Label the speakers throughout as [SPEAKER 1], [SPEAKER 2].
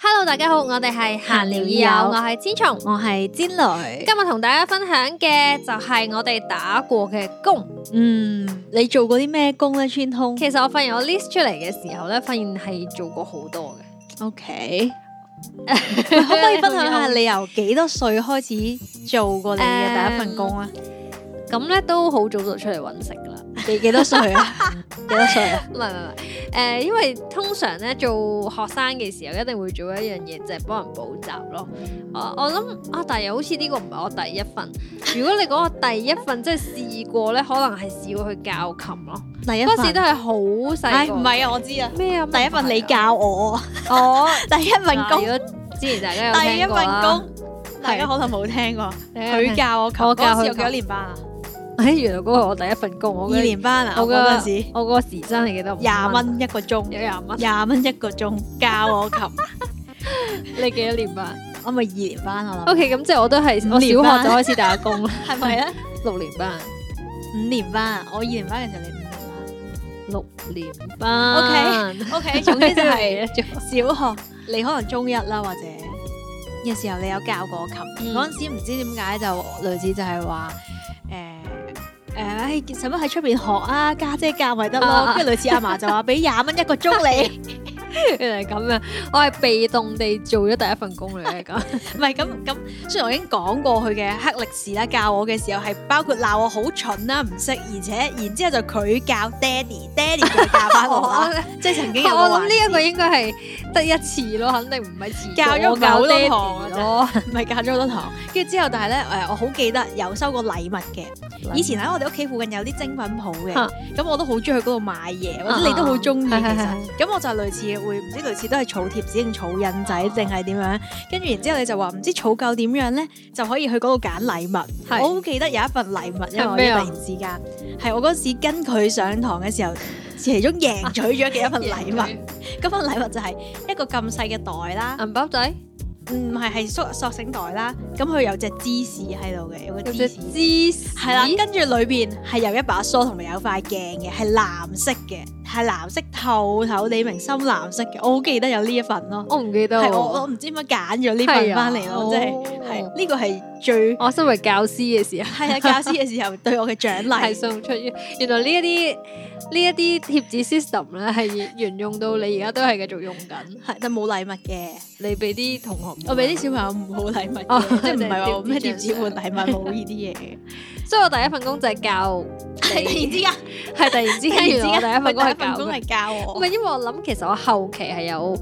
[SPEAKER 1] Hello，大家好，我哋係閒聊二友，我係千松。
[SPEAKER 2] 我係煎女，
[SPEAKER 1] 今日同大家分享嘅就係我哋打過嘅工。
[SPEAKER 2] 嗯，你做過啲咩工咧？穿通
[SPEAKER 1] 其實我發現我 list 出嚟嘅時候咧，發現係做過好多嘅。
[SPEAKER 2] ，OK，可唔可以分 享下你由幾多歲開始做過你嘅第一份工啊？
[SPEAKER 1] 咁咧都好早就出嚟揾食啦。
[SPEAKER 2] 幾幾多 歲啊？幾多歲啊？
[SPEAKER 1] 唔係唔係唔係，誒，因為通常咧做學生嘅時候，一定會做一樣嘢，就係、幫人補習咯。我我諗啊，但係又好似呢個唔係我第一份。如果你講我第一份即係試過咧，可能係試過去教琴咯。
[SPEAKER 2] 第一
[SPEAKER 1] 嗰時
[SPEAKER 2] 份
[SPEAKER 1] 都，係好
[SPEAKER 2] 唉，
[SPEAKER 1] 細個。
[SPEAKER 2] 唔係啊，我知啊，
[SPEAKER 1] 咩啊？
[SPEAKER 2] 第一份你教我，
[SPEAKER 1] 我
[SPEAKER 2] 第一份
[SPEAKER 1] 份
[SPEAKER 2] 工，
[SPEAKER 1] 如果之前大家有
[SPEAKER 2] 第一
[SPEAKER 1] 聽過
[SPEAKER 2] 份
[SPEAKER 1] 啦，
[SPEAKER 2] 工，大家可能冇聽過，
[SPEAKER 1] 第一份
[SPEAKER 2] 佢教我琴，
[SPEAKER 1] 我教
[SPEAKER 2] 嗰時
[SPEAKER 1] 佢
[SPEAKER 2] 有幾
[SPEAKER 1] 琴
[SPEAKER 2] 多年班啊？
[SPEAKER 1] 哎原來嗰個係我第一份工，我
[SPEAKER 2] 二
[SPEAKER 1] 嗰
[SPEAKER 2] 年班啊，
[SPEAKER 1] 我
[SPEAKER 2] 我
[SPEAKER 1] 嘅
[SPEAKER 2] 嗰陣時
[SPEAKER 1] 我嗰時真係記得
[SPEAKER 2] 廿，蚊一個鐘，
[SPEAKER 1] 有廿蚊。
[SPEAKER 2] 廿蚊一個鐘教我琴，
[SPEAKER 1] 你幾多年班
[SPEAKER 2] 我咪二年班我諗，
[SPEAKER 1] ？OK，咁即係我都係我
[SPEAKER 2] 五
[SPEAKER 1] 小
[SPEAKER 2] 年
[SPEAKER 1] 學
[SPEAKER 2] 班
[SPEAKER 1] 就開始打工啦，
[SPEAKER 2] 係咪咧？
[SPEAKER 1] 六年班。
[SPEAKER 2] 五年班啊，我二年班嘅時候你五年班。
[SPEAKER 1] 六年班
[SPEAKER 2] O K，總之就係
[SPEAKER 1] 做
[SPEAKER 2] 小學，你可能中一啦，或者嘅時候你有教過我琴。
[SPEAKER 1] 嗯
[SPEAKER 2] 嗰陣、時唔知點解就類似就係話誒誒，唉使乜喺出邊學啊？家姐教咪得咯
[SPEAKER 1] 啊。
[SPEAKER 2] 跟住類似阿嫲就話俾廿蚊一個鐘你，
[SPEAKER 1] 原嚟咁樣，我係被動地做咗第一份工嚟嘅咁。
[SPEAKER 2] 唔係咁咁。雖然我已經講過佢嘅黑歷史啦，教我嘅時候係包括鬧我好蠢啦，唔識，而且然之後就佢教爹哋，爹哋再教翻我 啦，即係曾經有個
[SPEAKER 1] 我諗
[SPEAKER 2] 環
[SPEAKER 1] 呢一
[SPEAKER 2] 節
[SPEAKER 1] 個應該係得一次咯，肯定唔係次
[SPEAKER 2] 教咗
[SPEAKER 1] 我教
[SPEAKER 2] 九
[SPEAKER 1] 爹哋
[SPEAKER 2] 堂啊
[SPEAKER 1] 咯。
[SPEAKER 2] 唔係教咗好多堂，跟住之後，但係咧誒，我好記得有收過禮物嘅。以前喺我哋屋企附近有啲精品鋪嘅
[SPEAKER 1] 啊，
[SPEAKER 2] 咁我都好中意去嗰度買嘢，或
[SPEAKER 1] 啊
[SPEAKER 2] 者你都好中意其
[SPEAKER 1] 係係
[SPEAKER 2] 實
[SPEAKER 1] 係。
[SPEAKER 2] 咁我就類似會唔知類似都係儲貼紙定儲印仔定係點樣，跟住然之後你就話唔知儲夠點樣咧，就可以去嗰度揀禮物。
[SPEAKER 1] 係
[SPEAKER 2] 我好記得有一份禮物，因為
[SPEAKER 1] 係
[SPEAKER 2] 我
[SPEAKER 1] 咩啊
[SPEAKER 2] 突然之間係我嗰時跟佢上堂嘅時候，其中贏取咗嘅一
[SPEAKER 1] Dạ.
[SPEAKER 2] 份禮 物。嗰份禮物就係一個咁細嘅袋啦。
[SPEAKER 1] 銀包仔
[SPEAKER 2] 唔係係縮索繩袋啦，咁佢有隻芝士喺度嘅，有個
[SPEAKER 1] 有
[SPEAKER 2] 芝
[SPEAKER 1] 隻
[SPEAKER 2] 士
[SPEAKER 1] 芝士，
[SPEAKER 2] 係啦，跟住裏邊係有一把梳同埋有塊鏡嘅，係藍色嘅，係藍色透透地明深藍色嘅，我好記得有呢一份咯，
[SPEAKER 1] 我唔記得
[SPEAKER 2] 係
[SPEAKER 1] 喎。
[SPEAKER 2] 我我唔知點解揀咗呢份翻嚟咯，即係
[SPEAKER 1] 係啊
[SPEAKER 2] 係呢個係最
[SPEAKER 1] 哦我身為教師嘅時候。
[SPEAKER 2] 係啊教師嘅時候對我嘅獎
[SPEAKER 1] 係
[SPEAKER 2] 勵，
[SPEAKER 1] 送出於原來呢一啲呢一啲貼紙 system 咧係沿用到你而家都係繼續用緊，
[SPEAKER 2] 係但冇禮物嘅，
[SPEAKER 1] 你俾啲同學，
[SPEAKER 2] 我俾啲小朋友冇禮物
[SPEAKER 1] 哦
[SPEAKER 2] 嘅，即係唔係話咩
[SPEAKER 1] 即係
[SPEAKER 2] 貼
[SPEAKER 1] 貼紙
[SPEAKER 2] 紙換禮物冇呢 啲嘢嘅，
[SPEAKER 1] 所以我第一份工就係 教
[SPEAKER 2] 突然之
[SPEAKER 1] 你，
[SPEAKER 2] 間
[SPEAKER 1] 係 突然之間，原來我第一份工係教
[SPEAKER 2] 工
[SPEAKER 1] 嘅
[SPEAKER 2] 係教
[SPEAKER 1] 唔
[SPEAKER 2] 我。
[SPEAKER 1] 係因為我諗其實我後期係有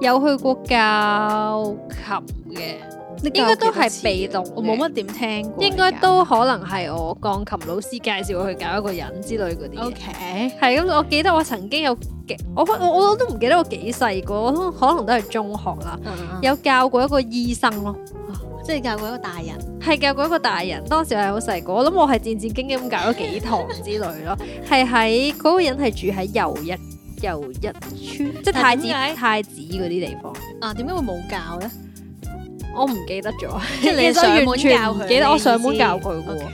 [SPEAKER 1] 有去過教琴嘅，
[SPEAKER 2] 你
[SPEAKER 1] 應該都
[SPEAKER 2] 教我幾多
[SPEAKER 1] 係
[SPEAKER 2] 次
[SPEAKER 1] 被動嘅，
[SPEAKER 2] 我冇乜點聽過。
[SPEAKER 1] 應該都可能係我鋼琴老師介紹我去教一個人之類嗰啲嘢
[SPEAKER 2] O。K。
[SPEAKER 1] 係咁，我記得我曾經有幾，我我我都唔記得我幾細個，我都可能都係中學啦，
[SPEAKER 2] 有
[SPEAKER 1] 有教過一個醫生咯，
[SPEAKER 2] 即係教過一個大人，
[SPEAKER 1] 係教過一個大人，當時係好細個，我諗我係戰戰兢兢咁教咗幾堂之類咯，係喺嗰個人係住喺又一又一村，即係太子
[SPEAKER 2] 但係點解
[SPEAKER 1] 太子嗰啲地方，
[SPEAKER 2] 啊點解會冇教咧？
[SPEAKER 1] 我唔記得咗，
[SPEAKER 2] 即係
[SPEAKER 1] 其
[SPEAKER 2] 你
[SPEAKER 1] 實我
[SPEAKER 2] 上
[SPEAKER 1] 完
[SPEAKER 2] 門
[SPEAKER 1] 全
[SPEAKER 2] 教
[SPEAKER 1] 唔
[SPEAKER 2] 佢，
[SPEAKER 1] 記得我上門
[SPEAKER 2] 你
[SPEAKER 1] 教
[SPEAKER 2] 意思
[SPEAKER 1] 佢嘅喎
[SPEAKER 2] OK，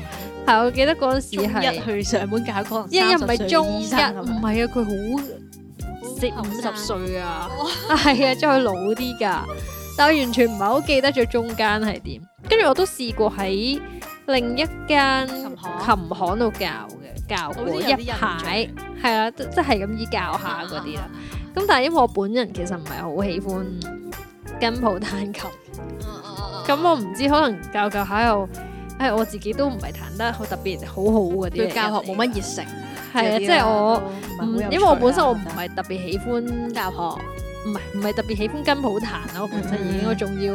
[SPEAKER 1] 係我記得嗰陣時
[SPEAKER 2] 中
[SPEAKER 1] 係
[SPEAKER 2] 一。去上門教可能
[SPEAKER 1] 一一唔
[SPEAKER 2] 係
[SPEAKER 1] 係中一，唔
[SPEAKER 2] 醫生咁樣
[SPEAKER 1] 係啊，佢好四
[SPEAKER 2] 好
[SPEAKER 1] 五
[SPEAKER 2] 後生
[SPEAKER 1] 十歲啊， 係啊，即係佢老啲噶。但我完全唔係好記得咗中間係點。跟住我都試過喺另一間琴
[SPEAKER 2] 琴行
[SPEAKER 1] 行度教嘅，教
[SPEAKER 2] 好似有
[SPEAKER 1] 過
[SPEAKER 2] 啲
[SPEAKER 1] 一
[SPEAKER 2] 印象
[SPEAKER 1] 排，係啊，即即係咁依教下嗰啲啦。
[SPEAKER 2] 啊
[SPEAKER 1] 咁但係因為我本人其實唔係好喜歡跟譜彈琴。
[SPEAKER 2] 啊啊啊
[SPEAKER 1] 咁我唔知，可能教教下又，唉，我自己都唔係彈得好特別好好嗰啲嚟
[SPEAKER 2] 對
[SPEAKER 1] 嘅。
[SPEAKER 2] 教學冇乜熱誠，
[SPEAKER 1] 係啊，即係我唔
[SPEAKER 2] 唔係好有
[SPEAKER 1] 因為我本身
[SPEAKER 2] 趣啊
[SPEAKER 1] 我唔係特別喜歡
[SPEAKER 2] 覺得教
[SPEAKER 1] 唔
[SPEAKER 2] 學，
[SPEAKER 1] 係唔係特別喜歡跟譜彈啦，我本身已經
[SPEAKER 2] 嗯
[SPEAKER 1] 我仲要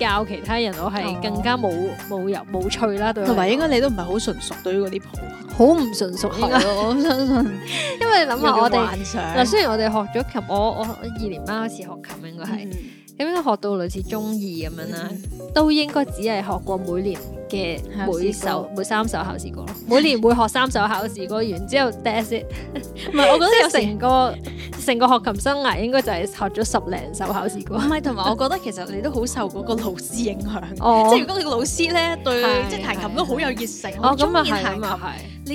[SPEAKER 1] 教其他人，我係
[SPEAKER 2] 哦
[SPEAKER 1] 更加冇冇油冇趣啦，對我嚟講
[SPEAKER 2] 同埋應該你都唔係好純熟對於嗰啲譜，
[SPEAKER 1] 好唔純
[SPEAKER 2] 啊
[SPEAKER 1] 熟應該，
[SPEAKER 2] 咯， 我相信
[SPEAKER 1] 因為你諗下我哋
[SPEAKER 2] 幻想
[SPEAKER 1] 嗱，雖然我哋學咗琴，我我我二年班開始學琴應該係，
[SPEAKER 2] 係
[SPEAKER 1] 咁應該學到類似中二咁樣啦
[SPEAKER 2] 嗯，
[SPEAKER 1] 都應該只係學過每年嘅
[SPEAKER 2] 考試
[SPEAKER 1] 每首每三首考試歌咯，每年會學三首考試歌，完之後 that's it。
[SPEAKER 2] 唔係我覺得
[SPEAKER 1] 即
[SPEAKER 2] 有
[SPEAKER 1] 係
[SPEAKER 2] 時
[SPEAKER 1] 成個成個學琴生涯應該就係學咗十零首考試
[SPEAKER 2] 唔
[SPEAKER 1] 歌。
[SPEAKER 2] 係，同埋我覺得其實你都好受嗰個老師影響。
[SPEAKER 1] 哦
[SPEAKER 2] 即係如果你個老師咧對
[SPEAKER 1] 係
[SPEAKER 2] 即係彈琴都好有熱誠，
[SPEAKER 1] 哦咁
[SPEAKER 2] 好中
[SPEAKER 1] 啊
[SPEAKER 2] 意
[SPEAKER 1] 係，
[SPEAKER 2] 彈
[SPEAKER 1] 咁啊
[SPEAKER 2] 琴，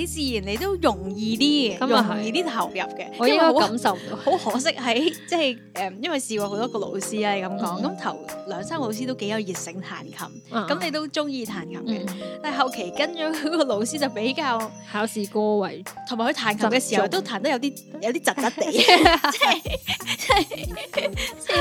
[SPEAKER 1] 係，
[SPEAKER 2] 你自然你都容易啲嘅，
[SPEAKER 1] 咁啊係
[SPEAKER 2] 容易啲投入嘅。
[SPEAKER 1] 啊我
[SPEAKER 2] 因
[SPEAKER 1] 應
[SPEAKER 2] 為
[SPEAKER 1] 該
[SPEAKER 2] 好
[SPEAKER 1] 感受唔到。
[SPEAKER 2] 好可惜喺即係誒，因為試過好多個老師啦，你咁講，
[SPEAKER 1] 嗯
[SPEAKER 2] 咁頭兩三個老師都幾有熱誠彈琴，
[SPEAKER 1] 咁
[SPEAKER 2] 咁你都中意彈琴嘅，
[SPEAKER 1] 啊嗯
[SPEAKER 2] 但係後期跟咗嗰個老師就比較，
[SPEAKER 1] 考試歌為
[SPEAKER 2] 同埋佢彈琴嘅時候
[SPEAKER 1] 集中
[SPEAKER 2] 都彈得有啲有啲窒窒 地，即係即係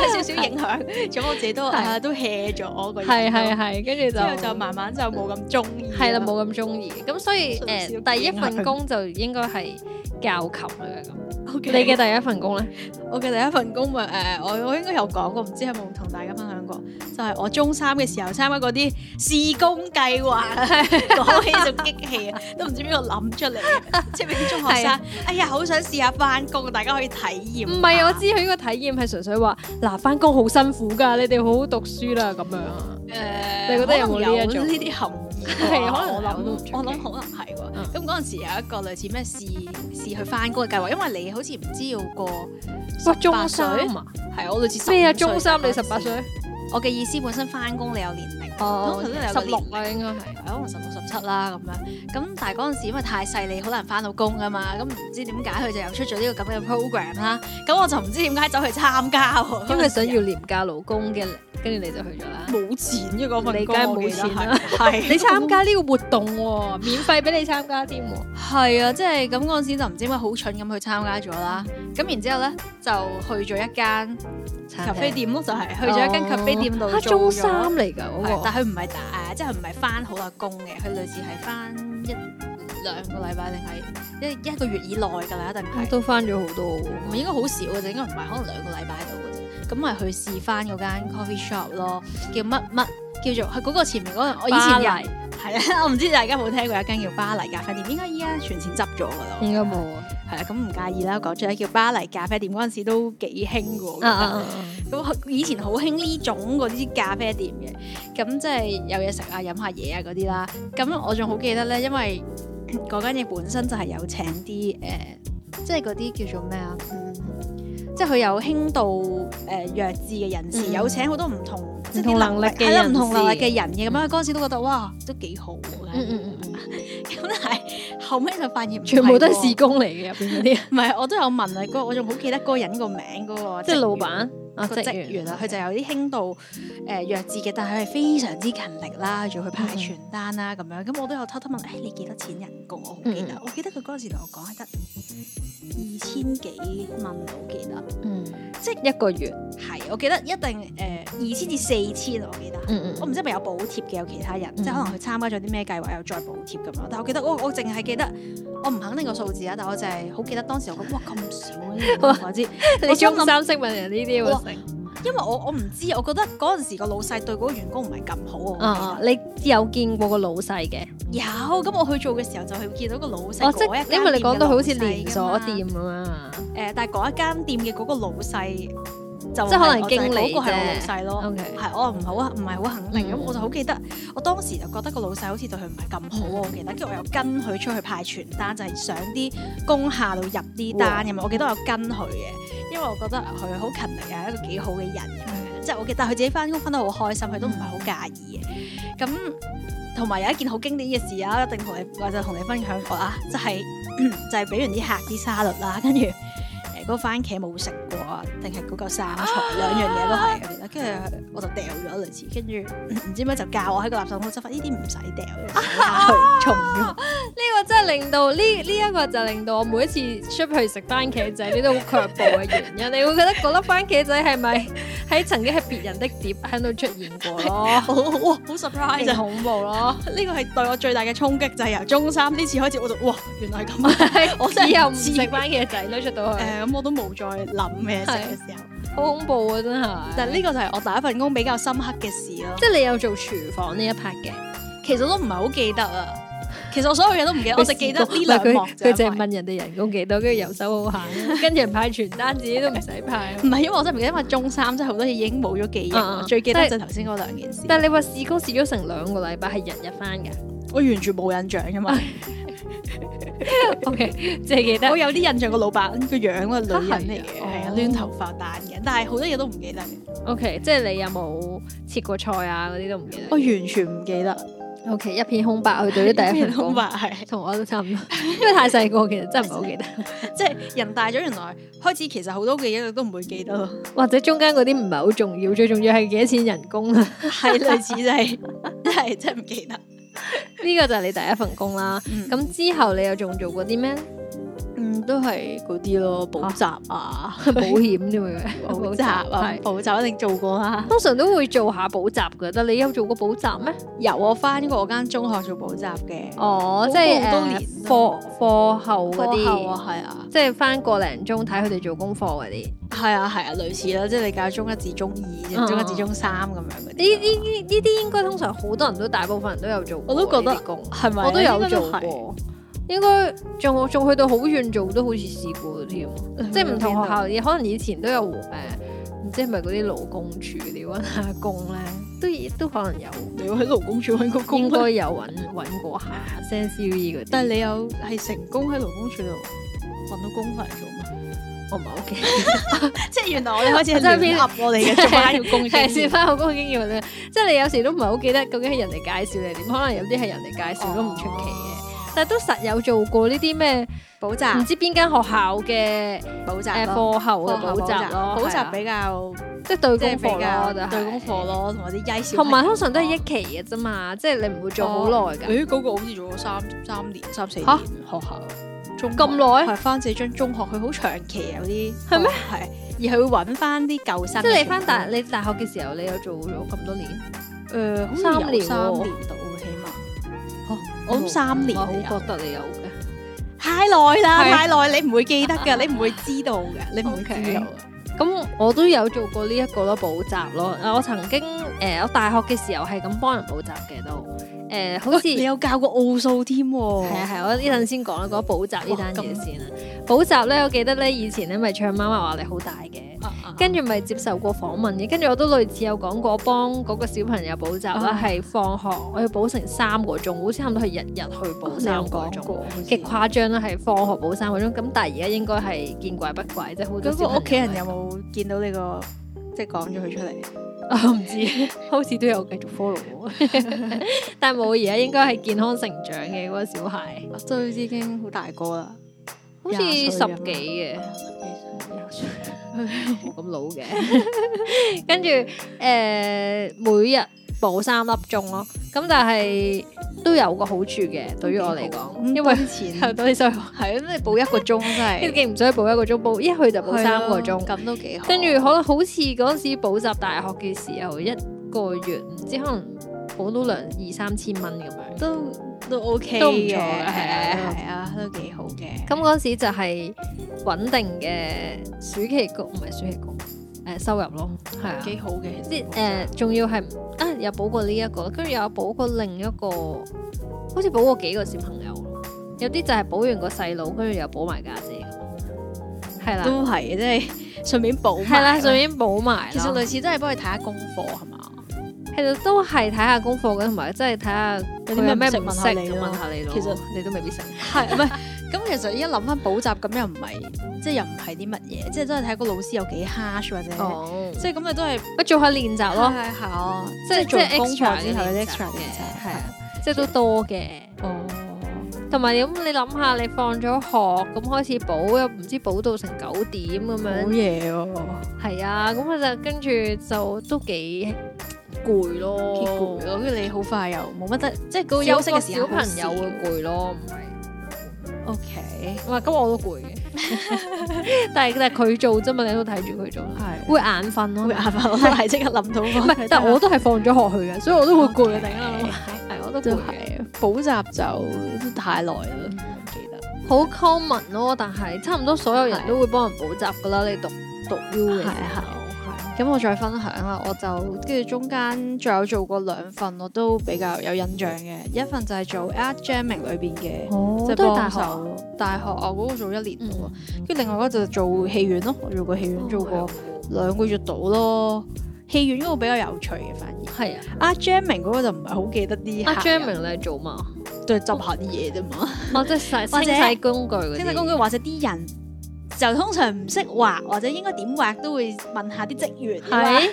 [SPEAKER 2] 有少少 影響，咁我自己都
[SPEAKER 1] 係
[SPEAKER 2] 啊都 hea 咗我個人，
[SPEAKER 1] 係係係，跟住
[SPEAKER 2] 之後就
[SPEAKER 1] 就
[SPEAKER 2] 慢慢就冇咁中意，
[SPEAKER 1] 係啦，冇咁中意。咁所以
[SPEAKER 2] 純
[SPEAKER 1] 誒，
[SPEAKER 2] 小
[SPEAKER 1] 第一
[SPEAKER 2] 見下
[SPEAKER 1] 份
[SPEAKER 2] 佢
[SPEAKER 1] 工就應該係教琴啦。咁你
[SPEAKER 2] OK
[SPEAKER 1] 嘅第一份工咧？
[SPEAKER 2] 我嘅第一份工咪誒、呃我我應該有講過，唔知有冇同大家分享過，就係、我中三嘅時候參加嗰啲試工計劃， 講起就激氣啊，都唔知邊個諗出嚟，即係俾啲中學
[SPEAKER 1] 係
[SPEAKER 2] 生
[SPEAKER 1] 啊，
[SPEAKER 2] 哎呀，好想試下翻工，大家可以體驗下。
[SPEAKER 1] 唔係，我知佢呢個體驗係純粹話嗱，翻工好辛苦㗎，你哋好好讀書啦咁樣。
[SPEAKER 2] 誒、
[SPEAKER 1] 你覺得有冇
[SPEAKER 2] 可
[SPEAKER 1] 呢
[SPEAKER 2] 能
[SPEAKER 1] 一種
[SPEAKER 2] 呢啲含義啩？
[SPEAKER 1] 係可能
[SPEAKER 2] 我
[SPEAKER 1] 有都唔出
[SPEAKER 2] 諗
[SPEAKER 1] 奇
[SPEAKER 2] 我諗可能係
[SPEAKER 1] 嗯
[SPEAKER 2] 喎。咁嗰陣時有一個類似咩試試去翻工嘅計劃，因為你好似唔知要過
[SPEAKER 1] 哇，
[SPEAKER 2] 18
[SPEAKER 1] 中
[SPEAKER 2] 歲
[SPEAKER 1] 三啊？
[SPEAKER 2] 係我類似
[SPEAKER 1] 咩啊？
[SPEAKER 2] 15
[SPEAKER 1] 中三你
[SPEAKER 2] 歲
[SPEAKER 1] 十八歲？？
[SPEAKER 2] 我嘅意思本身翻工你有年齡。
[SPEAKER 1] 哦
[SPEAKER 2] 通常都有
[SPEAKER 1] 十
[SPEAKER 2] 個
[SPEAKER 1] 六
[SPEAKER 2] 年齡
[SPEAKER 1] 啊，應該係。
[SPEAKER 2] 可能十六十七啦咁樣，咁但係嗰陣時因為太細，你好難翻到工噶嘛，咁唔知點解佢就又出咗呢個咁嘅 program 啦，咁我就唔知點解走去參加喎，
[SPEAKER 1] 因為想要廉價勞工嘅，跟住你就去咗啦。
[SPEAKER 2] 冇錢嘅嗰
[SPEAKER 1] 你梗
[SPEAKER 2] 份工，
[SPEAKER 1] 係
[SPEAKER 2] 我
[SPEAKER 1] 冇
[SPEAKER 2] 記得
[SPEAKER 1] 錢
[SPEAKER 2] 係
[SPEAKER 1] 啦，
[SPEAKER 2] 係
[SPEAKER 1] 你參加呢個活動喎，免費俾你參加添喎。
[SPEAKER 2] 係啊，即係咁嗰陣時就唔知點解好蠢咁去參加咗啦，咁然之後咧就去咗一間咖啡店咯，就係哦去咗一間咖啡店度
[SPEAKER 1] 嚇
[SPEAKER 2] 做
[SPEAKER 1] 中
[SPEAKER 2] 咗
[SPEAKER 1] 三嚟㗎嗰
[SPEAKER 2] 係
[SPEAKER 1] 個，
[SPEAKER 2] 但佢唔係打，即係佢唔係翻好耐工嘅，佢類似係翻一兩個禮拜定係一一個月以內㗎啦，一定
[SPEAKER 1] 我
[SPEAKER 2] 係。
[SPEAKER 1] 都翻咗好多喎。
[SPEAKER 2] 唔係應該好少嘅啫，應該唔係，可能兩個禮拜到嘅啫。咁咪去試翻嗰間 coffee shop 咯，叫乜乜叫做佢嗰個前面嗰個，我以前有
[SPEAKER 1] 黎
[SPEAKER 2] 係啊 啦，我唔知大家有冇聽過一間叫巴黎咖啡店，應該依家全線執咗㗎啦。
[SPEAKER 1] 應該冇啊。
[SPEAKER 2] 係啦，咁唔介意啦，講出嚟叫巴黎咖啡店嗰陣時都幾興嘅喎我覺
[SPEAKER 1] 啊
[SPEAKER 2] 得。
[SPEAKER 1] 啊啊啊！
[SPEAKER 2] 咁以前好興呢種嗰啲咖啡店嘅，咁即係有嘢食啊、飲下嘢啊嗰啲啦。咁我仲好記得咧，因為 嗰間嘢本身就係有請啲誒、呃即係嗰啲叫做咩啊？嗯，即係佢有輕度誒、呃弱智嘅人士，
[SPEAKER 1] 嗯
[SPEAKER 2] 有請好多唔同即係啲
[SPEAKER 1] 同能力嘅
[SPEAKER 2] 係啦唔
[SPEAKER 1] 人
[SPEAKER 2] 同能力
[SPEAKER 1] 士
[SPEAKER 2] 嘅人嘅。咁啊嗰陣時都覺得哇，都幾好喎。
[SPEAKER 1] 嗯嗯嗯嗯，
[SPEAKER 2] 咁但係後尾就發現唔
[SPEAKER 1] 全部都係
[SPEAKER 2] 喎
[SPEAKER 1] 試，工嚟嘅入邊嗰啲，
[SPEAKER 2] 唔係我都有問啊，嗰個我仲好記得嗰個人個名嗰個
[SPEAKER 1] 即係
[SPEAKER 2] 職
[SPEAKER 1] 老
[SPEAKER 2] 員
[SPEAKER 1] 闆啊
[SPEAKER 2] 個職員啦，佢就有啲輕度誒、呃弱智嘅，但係佢係非常之勤力啦，仲要去排傳單啦咁樣。咁我都有偷偷問，誒、你幾多錢人工？我好記得，
[SPEAKER 1] 嗯嗯
[SPEAKER 2] 我記得佢嗰陣時同我講係得二千幾蚊，我記得
[SPEAKER 1] 嗯，即係一個月，
[SPEAKER 2] 係，我記得一定誒二千至四千，我記得。
[SPEAKER 1] 嗯
[SPEAKER 2] 我唔知係咪有補貼嘅，有其他人，
[SPEAKER 1] 嗯
[SPEAKER 2] 即係可能佢參加咗啲咩計劃，有再補貼咁樣。但我記得我我淨係記得，我唔肯定個數字啊，但我就係好記得當時我覺得哇咁少啊嘅，我知。
[SPEAKER 1] 你中三識問人呢啲
[SPEAKER 2] 哇
[SPEAKER 1] 喎，
[SPEAKER 2] 因為我我唔知，我覺得嗰陣時個老細對嗰個員工唔係咁好
[SPEAKER 1] 啊啊
[SPEAKER 2] 我！
[SPEAKER 1] 你有見過個老細嘅？
[SPEAKER 2] 記得有咁我去做嘅時候就去見到個老細
[SPEAKER 1] 哦，即
[SPEAKER 2] 嗰一
[SPEAKER 1] 係
[SPEAKER 2] 間
[SPEAKER 1] 因為你講到好似
[SPEAKER 2] 店嘅老細
[SPEAKER 1] 連鎖
[SPEAKER 2] 㗎嘛
[SPEAKER 1] 店咁樣啊。
[SPEAKER 2] 誒，但係嗰一間店嘅嗰個老細就
[SPEAKER 1] 即係可能
[SPEAKER 2] 係我
[SPEAKER 1] 經理
[SPEAKER 2] 就係嗰個係
[SPEAKER 1] 啫
[SPEAKER 2] 我老細咯。
[SPEAKER 1] OK，
[SPEAKER 2] 係，我唔好唔係好肯定，咁、
[SPEAKER 1] 嗯
[SPEAKER 2] 我就好記得，我當時就覺得個老細好似對佢唔係咁好
[SPEAKER 1] 嗯
[SPEAKER 2] 我記得，跟住我又跟佢出去派傳單，就係、上啲工廈度入啲單咁樣，我記得我有跟佢嘅，因為我覺得佢好勤力啊，一個幾好嘅人咁樣，即係我記得佢自己翻工翻得好開心，佢都唔係好介意嘅，咁。同埋有一件好經典嘅事啊，一定同你我就同你分享過啊，就係、就係俾完啲客啲沙律啦，跟住誒嗰個番茄冇食過啊，定係嗰嚿生菜兩樣嘢都係我記得，跟住我就掉咗類似，跟住唔知咩就教我喺個垃圾桶執翻，呢啲唔使掉啊嘅，去重用。
[SPEAKER 1] 呢個真係令到呢呢一個就令到我每一次出去食番茄仔，呢都好卻步嘅原因。你會覺得嗰粒番茄仔係咪 喺曾經喺別人的碟喺度出現過咯？
[SPEAKER 2] 好哇， 好 surprise
[SPEAKER 1] 勁
[SPEAKER 2] 啊！
[SPEAKER 1] 恐怖 咯！
[SPEAKER 2] 呢個係對我最大嘅衝擊，就係由中三呢次開始，我就哇原來係 咁啊！我真係唔知
[SPEAKER 1] 以後唔食番茄仔都出到去，
[SPEAKER 2] 誒咁我都冇再諗咩食嘅時候，
[SPEAKER 1] 好恐怖啊！真係。
[SPEAKER 2] 但係呢個就係我第一份工比較深刻嘅事咯。
[SPEAKER 1] 即係你有做廚房呢一 part 嘅，
[SPEAKER 2] 其實都唔係好記得啊。其實我所有嘢都唔記得，我就記得呢
[SPEAKER 1] 唔係
[SPEAKER 2] 兩幕
[SPEAKER 1] 佢
[SPEAKER 2] 啫
[SPEAKER 1] 佢淨係問人哋人工幾多，跟住游手好閒，跟住人派傳單，自己都唔使派。
[SPEAKER 2] 唔係因為我真係唔記得，因為中三真係好多嘢已經冇咗記憶啦。
[SPEAKER 1] 啊啊
[SPEAKER 2] 最記
[SPEAKER 1] 但係
[SPEAKER 2] 得就係頭先嗰兩件事，
[SPEAKER 1] 但係你話試工試咗成兩個禮拜，係日日翻 㗎。
[SPEAKER 2] 我完全冇印象㗎嘛。
[SPEAKER 1] O K，即係記得
[SPEAKER 2] 我。有啲印象個老闆個樣個女人嚟嘅，
[SPEAKER 1] 啊係啊
[SPEAKER 2] 係啊，
[SPEAKER 1] 哦
[SPEAKER 2] 攣頭髮單嘅，但係好多嘢都唔記得嘅，
[SPEAKER 1] O K，即係你有冇切過菜啊？嗰啲都唔記得。
[SPEAKER 2] 我完全唔記得。
[SPEAKER 1] O K，一片空白去對啲第一份工
[SPEAKER 2] 空，白係，
[SPEAKER 1] 同我都差唔多， 因為太細個，其實真係唔係好記得，
[SPEAKER 2] 即係人大咗，原來開始其實好多嘅嘢你都唔會記 得咯，
[SPEAKER 1] 或者中間嗰啲唔係好重要，最重要係幾多錢人工啊啦。
[SPEAKER 2] 係類似就係真係真係唔記得。
[SPEAKER 1] 呢個就係你第一份工啦。
[SPEAKER 2] 嗯
[SPEAKER 1] 咁之後你又仲做過啲咩？
[SPEAKER 2] 嗯，都係嗰啲咯，補習 啊，
[SPEAKER 1] 保險添嘅
[SPEAKER 2] 補習啊，
[SPEAKER 1] 係
[SPEAKER 2] 補習一定做過啦。
[SPEAKER 1] 通常都會做下補習嘅，但你有做過補習咩？
[SPEAKER 2] 由我翻過我間中學做補習嘅，
[SPEAKER 1] 哦，
[SPEAKER 2] 好
[SPEAKER 1] 即係
[SPEAKER 2] 好多
[SPEAKER 1] 誒
[SPEAKER 2] 年
[SPEAKER 1] 課課後嗰
[SPEAKER 2] 課後啊
[SPEAKER 1] 啲，，
[SPEAKER 2] 係啊，
[SPEAKER 1] 即係翻個零鐘睇佢哋做功課嗰啲。
[SPEAKER 2] 係啊，係啊，類似啦，即係你教中一至中二，
[SPEAKER 1] 嗯
[SPEAKER 2] 中一至中三咁樣嗰
[SPEAKER 1] 呢
[SPEAKER 2] 啲。啊
[SPEAKER 1] 呢呢呢啲應該通常好多人都大部分人都有做過
[SPEAKER 2] 我都覺得
[SPEAKER 1] 呢啲工，
[SPEAKER 2] 係咪啊？
[SPEAKER 1] 我都有
[SPEAKER 2] 應該
[SPEAKER 1] 做
[SPEAKER 2] 係
[SPEAKER 1] 過。應該仲仲去到好遠做都好似試過添， 即係唔同學校嘢，可能以前都有誒，唔知係咪嗰啲勞工處嗰啲揾下工咧，都都可能有，
[SPEAKER 2] 你要喺勞工處揾個工
[SPEAKER 1] 應
[SPEAKER 2] 咩，
[SPEAKER 1] 該有揾揾過下 send CVE 嗰啲。
[SPEAKER 2] 但係你有係成功喺勞工處度揾到工翻嚟 做咩？
[SPEAKER 1] 我唔係好記
[SPEAKER 2] 即係原來我 哋開始
[SPEAKER 1] 係
[SPEAKER 2] 係
[SPEAKER 1] 亂
[SPEAKER 2] 亂噏我哋嘅
[SPEAKER 1] 做
[SPEAKER 2] 做
[SPEAKER 1] 翻
[SPEAKER 2] 翻要工
[SPEAKER 1] 係試翻好高經驗咧，即係你有時都唔係好記得究竟係人哋介紹你點，可能有啲係人哋介紹都唔出奇嘅，
[SPEAKER 2] 哦
[SPEAKER 1] 但係都實有做過呢啲咩
[SPEAKER 2] 補
[SPEAKER 1] 唔
[SPEAKER 2] 習
[SPEAKER 1] 知邊間學校嘅
[SPEAKER 2] 補
[SPEAKER 1] 誒
[SPEAKER 2] 習
[SPEAKER 1] 課
[SPEAKER 2] 咯
[SPEAKER 1] 後嘅
[SPEAKER 2] 課後
[SPEAKER 1] 嗯補習咯，
[SPEAKER 2] 補
[SPEAKER 1] 係啊
[SPEAKER 2] 習比較
[SPEAKER 1] 即係對
[SPEAKER 2] 即係
[SPEAKER 1] 功課
[SPEAKER 2] 比較
[SPEAKER 1] 咯，就係
[SPEAKER 2] 對功課咯，同埋啲曳小
[SPEAKER 1] 同埋
[SPEAKER 2] 朋友
[SPEAKER 1] 通常都係一期嘅啫嘛，即係你唔會做好耐㗎。
[SPEAKER 2] 誒嗰個好似做咗三三年、三四年
[SPEAKER 1] 嚇
[SPEAKER 2] 哦學校，中
[SPEAKER 1] 咁耐
[SPEAKER 2] 係翻自己張中學，佢好長期有啲
[SPEAKER 1] 係咩？
[SPEAKER 2] 係而係會揾翻啲舊
[SPEAKER 1] 即
[SPEAKER 2] 生嘅全部，
[SPEAKER 1] 係你翻大你大學嘅時候，你有做咗咁多年，
[SPEAKER 2] 誒好似
[SPEAKER 1] 三
[SPEAKER 2] 有
[SPEAKER 1] 年
[SPEAKER 2] 三
[SPEAKER 1] 喎
[SPEAKER 2] 年到起碼，我諗三年
[SPEAKER 1] 我
[SPEAKER 2] 你有
[SPEAKER 1] 好覺得你有嘅。
[SPEAKER 2] 太耐啦，
[SPEAKER 1] 係
[SPEAKER 2] 太耐你唔會記 得㗎，你唔會知道㗎，你唔會知道㗎。
[SPEAKER 1] 咁我都有做過呢一個咯補習咯。啊我曾經誒、我大學嘅時候係咁幫人補習嘅都誒、好 似
[SPEAKER 2] 喂你有教過奧數添喎，
[SPEAKER 1] 係啊係啊，我呢陣先講啦，講補習呢單
[SPEAKER 2] 哦哇
[SPEAKER 1] 嘢
[SPEAKER 2] 咁
[SPEAKER 1] 先啦。補習咧，我記得咧以前咧咪唱媽媽話你好大嘅。
[SPEAKER 2] 啊，跟
[SPEAKER 1] 跟住咪接受過訪問嘅，跟住我都類似有講過幫嗰個小朋友補習啦
[SPEAKER 2] 啊，
[SPEAKER 1] 係、放學我要補成三個鐘，好似差唔多係日日去補
[SPEAKER 2] 你有
[SPEAKER 1] 三個
[SPEAKER 2] 講
[SPEAKER 1] 鐘，
[SPEAKER 2] 過，
[SPEAKER 1] 極誇張啦，係放學補三個鐘。咁但係而家應該係見怪不怪啫，好多
[SPEAKER 2] 嗰
[SPEAKER 1] 小朋
[SPEAKER 2] 個
[SPEAKER 1] 友
[SPEAKER 2] 屋企人有冇見到你個即係講咗佢出嚟？
[SPEAKER 1] 我唔知，好似都有繼續 follow 我，但係冇而家應該係健康成長嘅嗰個小孩，
[SPEAKER 2] 都已經好大個啦，
[SPEAKER 1] 好似
[SPEAKER 2] 廿歲
[SPEAKER 1] 十
[SPEAKER 2] 咁
[SPEAKER 1] 幾嘅。
[SPEAKER 2] 廿歲
[SPEAKER 1] 冇咁老嘅。 跟住誒、每日補三粒鐘咯。咁但係都有個好處嘅，對於我嚟講，因為
[SPEAKER 2] 之 前
[SPEAKER 1] 有多啲收入。
[SPEAKER 2] 係咁，你補一個鐘真
[SPEAKER 1] 跟住
[SPEAKER 2] 係
[SPEAKER 1] 既唔使補一個鐘，補一去就補三個鐘。
[SPEAKER 2] 咁都幾好。
[SPEAKER 1] 跟住可能好似嗰陣時補習大學嘅時候，一個月唔知可能補到兩二三千蚊咁樣。
[SPEAKER 2] 都都 OK
[SPEAKER 1] 都唔錯嘅
[SPEAKER 2] 嘅，係啊
[SPEAKER 1] 係啊
[SPEAKER 2] 係啊，都幾好嘅。
[SPEAKER 1] 咁嗰陣時就係穩定嘅暑期工，唔係暑期工，誒、收入咯，係啊。
[SPEAKER 2] 幾好嘅，
[SPEAKER 1] 即係誒，仲、要係啊，有補過呢、一個，跟住又有補過另一個，好似補過幾個小朋友咯，有啲就係補完個細佬，跟住又補埋家姐咁，係啦，
[SPEAKER 2] 都係嘅，即係順便補埋啊
[SPEAKER 1] 係啦，順。便補埋
[SPEAKER 2] 其實
[SPEAKER 1] 啦，
[SPEAKER 2] 類似都係幫佢睇下功課係嘛？
[SPEAKER 1] 其實都係睇下功課嘅，同埋真係睇下佢
[SPEAKER 2] 有啲咩
[SPEAKER 1] 有
[SPEAKER 2] 唔
[SPEAKER 1] 咩
[SPEAKER 2] 識
[SPEAKER 1] 唔
[SPEAKER 2] 問
[SPEAKER 1] 識
[SPEAKER 2] 下你啊
[SPEAKER 1] 咁
[SPEAKER 2] 咯
[SPEAKER 1] 問下你咯，
[SPEAKER 2] 其實
[SPEAKER 1] 你都未必識，
[SPEAKER 2] 係唔係？咁其實依家諗翻補習咁又唔係，即係又唔係啲乜嘢，即係都係睇個老師有幾 harsh 或者，
[SPEAKER 1] 哦，
[SPEAKER 2] 即係咁你都係
[SPEAKER 1] 咪做下練習咯，
[SPEAKER 2] 係係啊，
[SPEAKER 1] 即係
[SPEAKER 2] 做
[SPEAKER 1] 即
[SPEAKER 2] 完
[SPEAKER 1] 係
[SPEAKER 2] 功
[SPEAKER 1] extra
[SPEAKER 2] 課之後
[SPEAKER 1] 嘅
[SPEAKER 2] 有
[SPEAKER 1] 練
[SPEAKER 2] 啲
[SPEAKER 1] 習
[SPEAKER 2] extra
[SPEAKER 1] 嘅
[SPEAKER 2] 嘅，
[SPEAKER 1] 係啊即係都多嘅。
[SPEAKER 2] 哦。
[SPEAKER 1] 同埋咁你諗下，你放咗學咁開始補，又唔知補到成九點咁樣，
[SPEAKER 2] 嘢喎，
[SPEAKER 1] 係啊，咁佢就跟住就都幾攰咯，
[SPEAKER 2] 幾攰咯。跟住你好快又冇乜得，即係嗰個
[SPEAKER 1] 小
[SPEAKER 2] 哦休息嘅時
[SPEAKER 1] 小
[SPEAKER 2] 候好
[SPEAKER 1] 朋
[SPEAKER 2] 少。
[SPEAKER 1] 友會攰咯，唔係，
[SPEAKER 2] O K，
[SPEAKER 1] 唔係咁我都攰嘅， 但係但係佢做啫嘛，你都睇住佢做啦，
[SPEAKER 2] 係
[SPEAKER 1] 會眼瞓
[SPEAKER 2] 會
[SPEAKER 1] 咯，
[SPEAKER 2] 眼瞓，我係即刻諗到
[SPEAKER 1] 唔
[SPEAKER 2] 唔
[SPEAKER 1] 係，但我都係放咗學去嘅，所以我都會攰
[SPEAKER 2] 啊
[SPEAKER 1] 啊嘅，突然間諗，
[SPEAKER 2] 係
[SPEAKER 1] 哦係我都
[SPEAKER 2] 都
[SPEAKER 1] 攰啊嘅，
[SPEAKER 2] 係補習就太耐啦，唔記得
[SPEAKER 1] 好 common 咯，但係差唔多所有人都會幫人補習噶啦，你讀讀 U 嘅時候，係
[SPEAKER 2] 咁我再分享啦，我就跟住中間仲有做過兩份，我都比較有印象嘅。一份就係做 Art Jamming 裏邊嘅，
[SPEAKER 1] 哦
[SPEAKER 2] 即係
[SPEAKER 1] 都係大
[SPEAKER 2] 幫
[SPEAKER 1] 學啊
[SPEAKER 2] 手大學啊，我嗰個做一年
[SPEAKER 1] 嗯。
[SPEAKER 2] 度啊
[SPEAKER 1] 哦
[SPEAKER 2] 跟住另外嗰個就做戲院咯，我做過戲院做過。兩個月到咯。戲院嗰個比較有趣嘅，反而
[SPEAKER 1] 係啊，
[SPEAKER 2] 阿 Jamming 嗰個就唔係好記得啲
[SPEAKER 1] 阿
[SPEAKER 2] 客
[SPEAKER 1] j a
[SPEAKER 2] 人
[SPEAKER 1] m i n 你係做嘛？
[SPEAKER 2] 都係執下啲嘢啫嘛。
[SPEAKER 1] 哦，即係洗
[SPEAKER 2] 或者
[SPEAKER 1] 清洗工具嗰啲，
[SPEAKER 2] 清洗工具或者啲人就通常唔識畫，或者應該點畫都會問下啲職員㗎啦。
[SPEAKER 1] 係，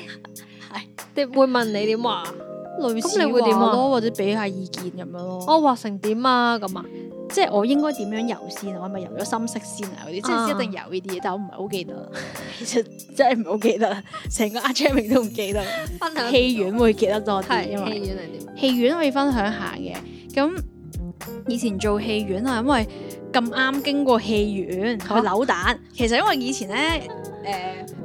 [SPEAKER 1] 你會問你點話？
[SPEAKER 2] 類似
[SPEAKER 1] 咁你會點啊
[SPEAKER 2] 話哦咯，或者俾下意見咁樣咯。
[SPEAKER 1] 我哦畫成點啊咁啊，
[SPEAKER 2] 即係我應該點樣游先啊？我係咪游咗深色先啊？嗰啲即
[SPEAKER 1] 啊
[SPEAKER 2] 係一定游呢啲嘢，但我唔係好記得， 其實真係唔係好記得，成個 a r t r a m i n g 都唔記 得。
[SPEAKER 1] 分享
[SPEAKER 2] 戲院會記得多啲，
[SPEAKER 1] 係
[SPEAKER 2] 因為
[SPEAKER 1] 戲院係點？
[SPEAKER 2] 戲院可以分享下嘅。咁以前做戲院啊，因為咁啱經過戲院去
[SPEAKER 1] 嚇
[SPEAKER 2] 扭蛋，其實因為以前咧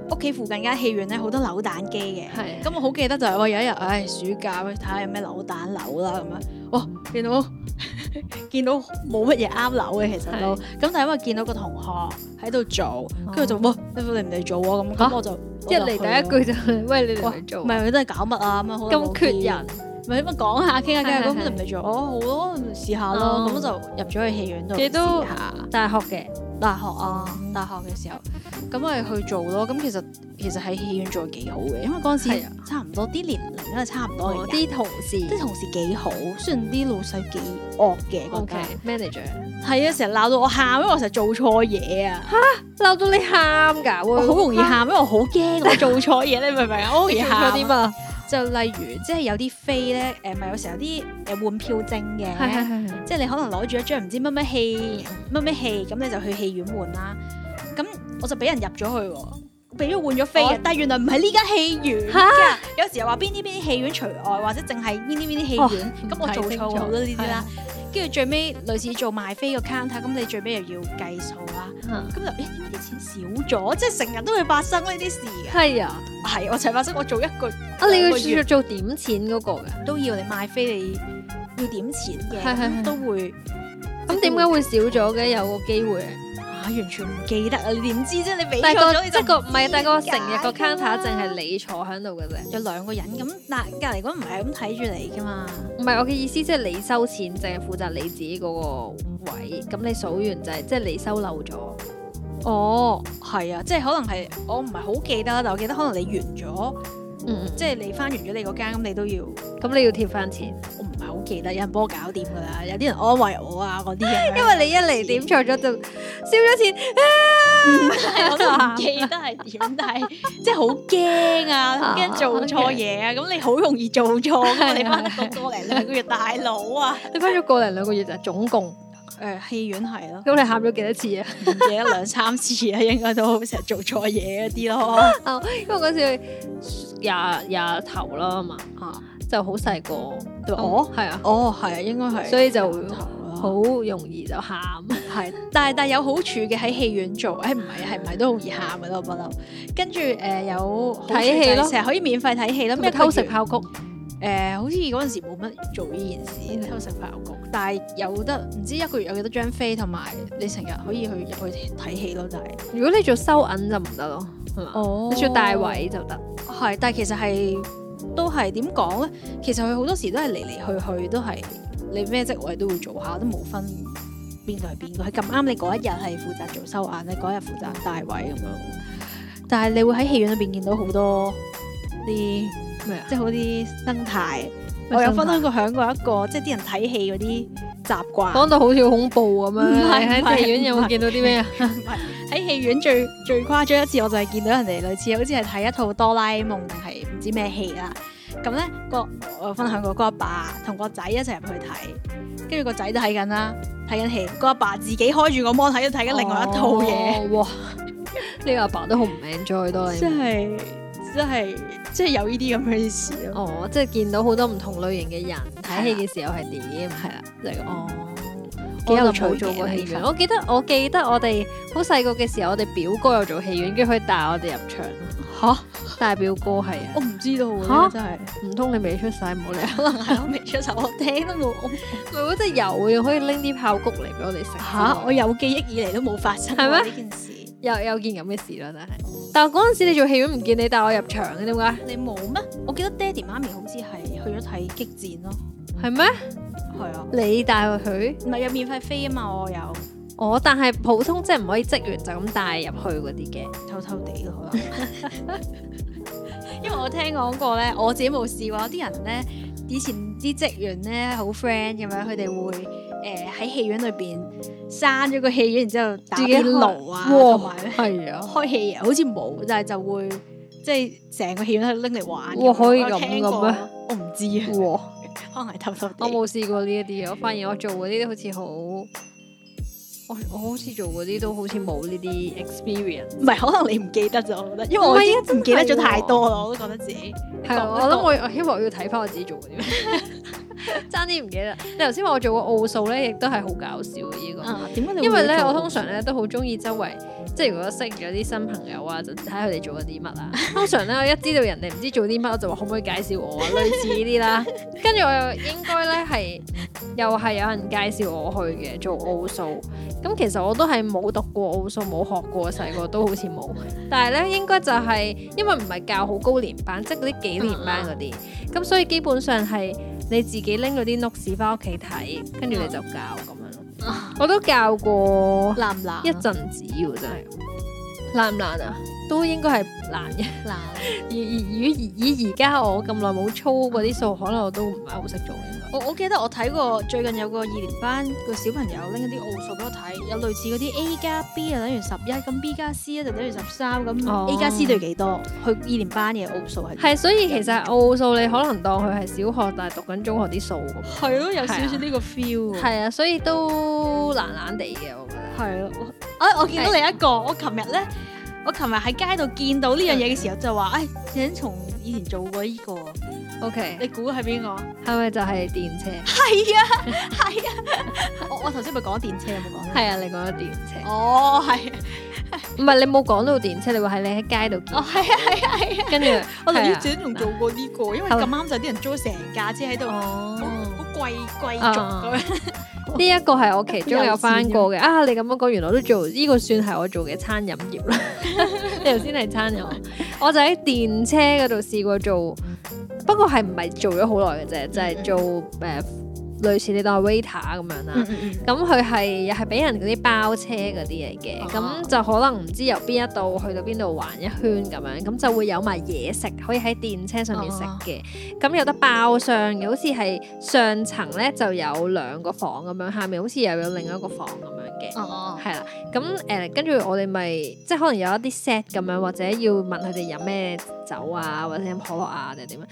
[SPEAKER 2] 誒屋企附近間戲院咧好多扭蛋機嘅。
[SPEAKER 1] 係啊
[SPEAKER 2] 咁我好記得就係我有一日，唉，暑假喂睇下有咩扭蛋扭啦咁樣，哇，見到 見到冇乜嘢啱扭嘅其實都，
[SPEAKER 1] 係
[SPEAKER 2] 咁但係因為見到個同學喺度做，
[SPEAKER 1] 哦
[SPEAKER 2] 跟住就哇，你你唔嚟做喎咁，
[SPEAKER 1] 嚇
[SPEAKER 2] 咁我就
[SPEAKER 1] 一嚟第一
[SPEAKER 2] 句
[SPEAKER 1] 句就係喂你哋
[SPEAKER 2] 哇
[SPEAKER 1] 嚟做
[SPEAKER 2] 唔係你都係搞乜啊咁樣，好耐冇
[SPEAKER 1] 咁缺
[SPEAKER 2] 見
[SPEAKER 1] 人，
[SPEAKER 2] 咪咁啊講下傾下
[SPEAKER 1] 係
[SPEAKER 2] 偈，
[SPEAKER 1] 係
[SPEAKER 2] 咁
[SPEAKER 1] 係
[SPEAKER 2] 你唔嚟做，哦好咯，咪試下
[SPEAKER 1] 哦
[SPEAKER 2] 咯，咁就入咗去戲院度
[SPEAKER 1] 幾多
[SPEAKER 2] 試下。
[SPEAKER 1] 大學嘅
[SPEAKER 2] 大學啊，大學嘅時候，咁咪去做咯。咁其實其實喺戲院做幾好嘅，因為嗰陣
[SPEAKER 1] 係
[SPEAKER 2] 時
[SPEAKER 1] 啊
[SPEAKER 2] 差唔多啲年齡都係差唔多
[SPEAKER 1] 我
[SPEAKER 2] 嘅人，
[SPEAKER 1] 哦啲同事
[SPEAKER 2] 啲同事幾好，雖然啲老細幾惡嘅，覺
[SPEAKER 1] 哦，OK
[SPEAKER 2] 得
[SPEAKER 1] manager
[SPEAKER 2] 係啊，成日鬧到我喊，因為我成日做錯嘢啊，
[SPEAKER 1] 鬧到你喊㗎，
[SPEAKER 2] 我
[SPEAKER 1] 會
[SPEAKER 2] 好容易，喊，因為我好驚我做錯嘢，你明 唔明啊？我好容
[SPEAKER 1] 你
[SPEAKER 2] 易
[SPEAKER 1] 做
[SPEAKER 2] 喊
[SPEAKER 1] 錯啲。嘛？
[SPEAKER 2] 就例如即係有啲飛咧，誒咪有時有啲誒換票證嘅。
[SPEAKER 1] 係係係係，
[SPEAKER 2] 即係你可能攞住一張唔知乜乜戲乜乜戲，咁你就去戲院換啦。咁我就俾人入咗去喎，俾咗換咗飛
[SPEAKER 1] 哦
[SPEAKER 2] 嘅，但係原來唔係呢間戲院
[SPEAKER 1] 嚇
[SPEAKER 2] 㗎。有時又話邊啲邊啲戲院除外，或者淨係邊啲邊啲
[SPEAKER 1] 哦
[SPEAKER 2] 戲院。咁、
[SPEAKER 1] 唔
[SPEAKER 2] 我
[SPEAKER 1] 睇
[SPEAKER 2] 做
[SPEAKER 1] 清
[SPEAKER 2] 錯
[SPEAKER 1] 楚
[SPEAKER 2] 好多呢啲啦。跟住最尾類似做賣飛個 counter，咁你最尾又要計數啦。
[SPEAKER 1] 嚇
[SPEAKER 2] 咁就誒點解啲錢少咗？即係成日都會發生呢啲事嘅。
[SPEAKER 1] 係啊。
[SPEAKER 2] 係，我就係發生我做一個
[SPEAKER 1] 啊！你要
[SPEAKER 2] 兩個月
[SPEAKER 1] 做做點錢嗰個㗎？
[SPEAKER 2] 都要你賣飛，你要點錢嘅，
[SPEAKER 1] 係係係
[SPEAKER 2] 咁都會。
[SPEAKER 1] 咁點解會少咗嘅？有個機會，
[SPEAKER 2] 啊，完全唔記得啊！你點知啫？你俾
[SPEAKER 1] 但
[SPEAKER 2] 錯
[SPEAKER 1] 係個
[SPEAKER 2] 咗你
[SPEAKER 1] 即係
[SPEAKER 2] 就
[SPEAKER 1] 個唔係，但係個成日個
[SPEAKER 2] 點解
[SPEAKER 1] counter
[SPEAKER 2] 㗎
[SPEAKER 1] 淨係你坐喺度嘅啫。
[SPEAKER 2] 有兩個人咁，但隔離嗰唔係咁睇住你噶嘛？
[SPEAKER 1] 唔係我嘅意思，即係你收錢，淨係負責你自己嗰個位。咁你數完就係即係你收漏咗。
[SPEAKER 2] 哦，係啊，即係可能係我唔係好記得啦，但我記得可能你完咗，
[SPEAKER 1] 嗯，
[SPEAKER 2] 即係你翻完咗你嗰間，咁你都要，
[SPEAKER 1] 咁你要貼翻錢，
[SPEAKER 2] 我唔係好記得，有人幫我搞掂噶啦，有啲人安慰我啊嗰啲 嘢，
[SPEAKER 1] 因為你一嚟點錯咗就 燒咗錢。
[SPEAKER 2] 我都唔記得係點，但係 即係好驚啊，好驚做錯嘢啊，咁你好容易做錯㗎嘛，你翻得個個零兩個月大佬啊，
[SPEAKER 1] 你翻咗個零兩個月就總共，
[SPEAKER 2] 誒戲院係啊咯。
[SPEAKER 1] 咁你喊咗幾多次啊？
[SPEAKER 2] 唔記得兩三次啊，應該都成日做錯嘢嗰啲咯。
[SPEAKER 1] 因為嗰次廿廿頭啦嘛，
[SPEAKER 2] 啊，
[SPEAKER 1] 就好細個。
[SPEAKER 2] 我
[SPEAKER 1] 係啊，
[SPEAKER 2] 哦，係啊，應該係，哦
[SPEAKER 1] 所以就
[SPEAKER 2] 頭啦
[SPEAKER 1] 好容易就喊。
[SPEAKER 2] 係，但係但係有好處嘅喺戲院做，誒唔係係唔係都好易喊嘅咯，不嬲。跟住誒有好處就係
[SPEAKER 1] 睇戲咯
[SPEAKER 2] 成日可以免費睇戲咯，
[SPEAKER 1] 咁咪
[SPEAKER 2] 咩
[SPEAKER 1] 偷食炮谷？
[SPEAKER 2] 誒？好似嗰陣時冇乜做呢件事，偷食飯局，但係有得唔知一個月有幾多張飛，同埋你成日可以去入去睇戲咯，就係、
[SPEAKER 1] 如果你做收銀就唔得咯，係嘛？
[SPEAKER 2] 哦
[SPEAKER 1] 你做大位就得。
[SPEAKER 2] 係，但係其實係都係點講咧？其實佢好多時都係嚟嚟去去都係你咩職位都會做下，都冇分邊個係邊個。係咁啱你嗰一日係負責做收眼，你嗰日負責大位咁樣。但係你會喺戲院裏邊見到好多啲
[SPEAKER 1] 咩啊？
[SPEAKER 2] 即係好啲生態。
[SPEAKER 1] 咩
[SPEAKER 2] 我有
[SPEAKER 1] 生
[SPEAKER 2] 分
[SPEAKER 1] 態
[SPEAKER 2] 享過響過一個，即係啲人睇戲嗰啲習慣。
[SPEAKER 1] 講到好似恐怖咁樣，
[SPEAKER 2] 唔係
[SPEAKER 1] 你
[SPEAKER 2] 唔係
[SPEAKER 1] 喺戲院有
[SPEAKER 2] 唔
[SPEAKER 1] 冇
[SPEAKER 2] 係
[SPEAKER 1] 見到啲 咩啊？
[SPEAKER 2] 唔係 喺戲院最最誇張一次，我就係見到人哋類似好似係睇一套哆啦 A 夢定係唔知咩戲啦。咁咧個我分享過個阿爸同個仔一齊入去睇，跟住個仔都睇緊啦，睇緊戲。個阿爸自己開住個 mon 睇，睇緊另外一套嘢，
[SPEAKER 1] 哦。哇！呢個阿爸都好唔 enjoy 多啦。
[SPEAKER 2] 真係真係即係有呢啲咁樣嘅事咯。
[SPEAKER 1] 哦，即係見到好多唔同類型嘅人睇戲嘅時候係點？係啦，就係咁。
[SPEAKER 2] 哦，
[SPEAKER 1] 我就冇做過戲院。我記得我記得我哋好細個嘅時候，我哋表哥有做戲院，跟住佢帶我哋入 場。
[SPEAKER 2] 嚇，
[SPEAKER 1] 大表哥係啊，
[SPEAKER 2] 我唔知道喎，
[SPEAKER 1] 嚇
[SPEAKER 2] 呢個真係
[SPEAKER 1] 唔通你未出世冇理由？
[SPEAKER 2] 可能係我未出手，我聽都冇。我
[SPEAKER 1] 唔係喎，即係有嘅，可以拎啲炮谷嚟俾我哋食。
[SPEAKER 2] 嚇，我有記憶以嚟都冇發生過
[SPEAKER 1] 係
[SPEAKER 2] 呢件事。
[SPEAKER 1] 有有件咁嘅事咯，但係，但係嗰陣時你做戲院唔見你帶我入場嘅，點解？
[SPEAKER 2] 你冇咩？我記得爹哋媽咪好似係去咗睇激戰咯，
[SPEAKER 1] 係咩？
[SPEAKER 2] 係啊，
[SPEAKER 1] 你帶佢去？
[SPEAKER 2] 唔係有免費飛啊嘛，我有
[SPEAKER 1] 我但係普通即係唔可以職員就咁帶入去嗰啲嘅。
[SPEAKER 2] 偷偷地咯，可能。 因為我聽講過咧，我自己冇試過，有啲人咧以前啲職員咧好 friend 咁樣，佢哋會誒喺、戲院裏邊閂咗個戲院，然之後打
[SPEAKER 1] 自己開
[SPEAKER 2] 邊爐
[SPEAKER 1] 哇
[SPEAKER 2] 啊，同埋
[SPEAKER 1] 係啊，
[SPEAKER 2] 開戲啊，好似冇，但係就會即係成個戲院喺度拎嚟玩咁樣。
[SPEAKER 1] 哇可以咁
[SPEAKER 2] 我聽過
[SPEAKER 1] 嘅咩？
[SPEAKER 2] 我唔知啊，
[SPEAKER 1] 哇！
[SPEAKER 2] 可能係偷偷地
[SPEAKER 1] 我冇試過呢一啲嘢，我發現我做嗰啲都好似好，我我好似做嗰啲都好似冇呢啲 experience。
[SPEAKER 2] 唔係，可能你唔記得咗，我覺得，因為我
[SPEAKER 1] 唔係啊
[SPEAKER 2] 已經唔記得
[SPEAKER 1] 真
[SPEAKER 2] 咗
[SPEAKER 1] 係喎
[SPEAKER 2] 太多啦，我都覺得自己
[SPEAKER 1] 係啊，
[SPEAKER 2] 講
[SPEAKER 1] 我
[SPEAKER 2] 得
[SPEAKER 1] 諗
[SPEAKER 2] 多
[SPEAKER 1] 我我希望我要睇翻我自己做嗰啲 咩，爭啲唔記得。你頭先話我做過奧數咧，亦都係好搞笑嘅呢個。
[SPEAKER 2] 啊點解你會
[SPEAKER 1] 因為咧，
[SPEAKER 2] 做
[SPEAKER 1] 我通常咧都好中意周圍，即係如果識咗啲新朋友啊，就睇下佢哋做咗啲乜 啦。通常咧，我一知道人哋唔知做啲乜，我就話可唔可以介紹我啊，類似呢啲 啦。跟住我又應該咧係又係有人介紹我去嘅做奧數。咁其實我都係冇讀過奧數，冇學過，細個都好似冇。但係咧，應該就係、因為唔係教好高年班，即係嗰啲幾年班嗰啲，咁所以基本上係你自己拎嗰啲 notes 翻屋企睇，跟住你就教咁樣咯。
[SPEAKER 2] 啊
[SPEAKER 1] 我都教過
[SPEAKER 2] 難唔難
[SPEAKER 1] 一陣子喎，真係難唔難啊？都應該係難嘅。
[SPEAKER 2] 難
[SPEAKER 1] 而而以以而家我咁耐冇操嗰啲數，可能我都唔係好識做應該。
[SPEAKER 2] 我我記得我睇過最近有個二年班個小朋友拎一啲奧數俾我睇，有類似嗰啲 A 加 B 啊等於十一，咁 B 加 C 咧就等於十三，
[SPEAKER 1] 哦
[SPEAKER 2] 咁 A 加 C 對幾多？佢二年班嘅奧數係啊
[SPEAKER 1] 係，所以其實奧數你可能當佢係小學，但係讀緊中學啲數咁。
[SPEAKER 2] 係咯，有
[SPEAKER 1] 少少
[SPEAKER 2] 呢個 feel 係
[SPEAKER 1] 係啊，所以都難難地嘅，我覺得。
[SPEAKER 2] 係咯，我啊我見到另一個，我琴日咧，我琴日喺街度見到呢樣嘢嘅時候就話，誒有人從以前做過呢個，
[SPEAKER 1] O K，
[SPEAKER 2] 你估係邊個？啊
[SPEAKER 1] 係咪就係電 車？
[SPEAKER 2] 係啊，係啊，我我頭先咪講電車有冇講？
[SPEAKER 1] 係啊，你講咗電車，
[SPEAKER 2] 哦，係，
[SPEAKER 1] 唔係你冇講到電車，你話係你喺街度見，
[SPEAKER 2] 哦，係啊，係啊，係啊。
[SPEAKER 1] 跟住
[SPEAKER 2] 我同
[SPEAKER 1] 係
[SPEAKER 2] 啲
[SPEAKER 1] 啊
[SPEAKER 2] 姐仲做過呢個，因為咁啱就有啲人租成架車喺度，好
[SPEAKER 1] 哦。
[SPEAKER 2] 好貴貴族咁樣。
[SPEAKER 1] 呢一個係我其中有翻過嘅啊！你咁樣講，原來我都做呢、個算係我做嘅餐飲業 啦。你頭先係餐飲，我就喺電車嗰度試過做，不過係唔係做咗好耐嘅啫，就係、做誒、呃、類似你當係 waiter 咁樣啦。咁佢係又係俾人嗰啲包車嗰啲嚟嘅，咁、
[SPEAKER 2] 哦
[SPEAKER 1] 就可能唔知由邊一度去到邊度環一圈咁樣，咁就會有埋嘢食，可以喺電車上面食
[SPEAKER 2] 啊
[SPEAKER 1] 嘅。咁、有得包廂嘅，好似係上層咧就有兩個房咁樣，下面好似又有另一個房咁樣嘅。
[SPEAKER 2] 哦
[SPEAKER 1] 係啦，咁誒、呃跟住我哋咪即係可能有一啲 set 咁樣，或者要問佢哋飲咩酒啊，或者飲可樂啊定係點樣，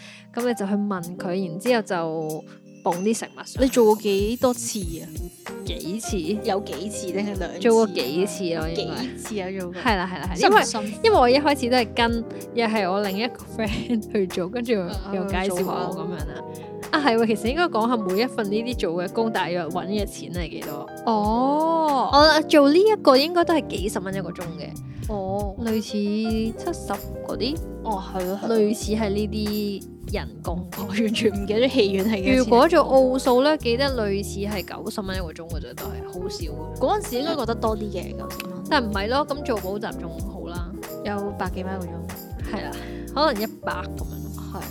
[SPEAKER 1] 咁你就去問佢，然之後就捧啲食物上
[SPEAKER 2] 你做過幾多次啊？
[SPEAKER 1] 幾次。
[SPEAKER 2] 有幾次定係兩次？
[SPEAKER 1] 做過幾次咯，應該
[SPEAKER 2] 幾次啊？做過。
[SPEAKER 1] 係啦係啦係，
[SPEAKER 2] 真
[SPEAKER 1] 因為
[SPEAKER 2] 係心
[SPEAKER 1] 因為我一開始都係跟，又係我另一個 friend 去做，跟住又
[SPEAKER 2] 啊
[SPEAKER 1] 又介紹我咁樣啦。啊係喎，其實應該講下每一份呢啲做嘅工，大約揾嘅錢係幾多？
[SPEAKER 2] 哦
[SPEAKER 1] 我做呢一個應該都係幾十蚊一個鐘嘅，
[SPEAKER 2] 哦
[SPEAKER 1] 類似七十嗰啲，
[SPEAKER 2] 哦，係咯，係咯
[SPEAKER 1] 類似係呢啲人工。
[SPEAKER 2] 我完全唔記得戲院係幾
[SPEAKER 1] 如
[SPEAKER 2] 多錢。
[SPEAKER 1] 果做奧數咧，記得類似係九十蚊一個鐘嘅啫，都係好少嘅。
[SPEAKER 2] 嗰陣時應該覺得多啲嘅九十蚊，
[SPEAKER 1] 但唔係咯，咁做補習仲好啦，
[SPEAKER 2] 有百幾蚊一個鐘。
[SPEAKER 1] 係啊啦，可能一百咁樣咯。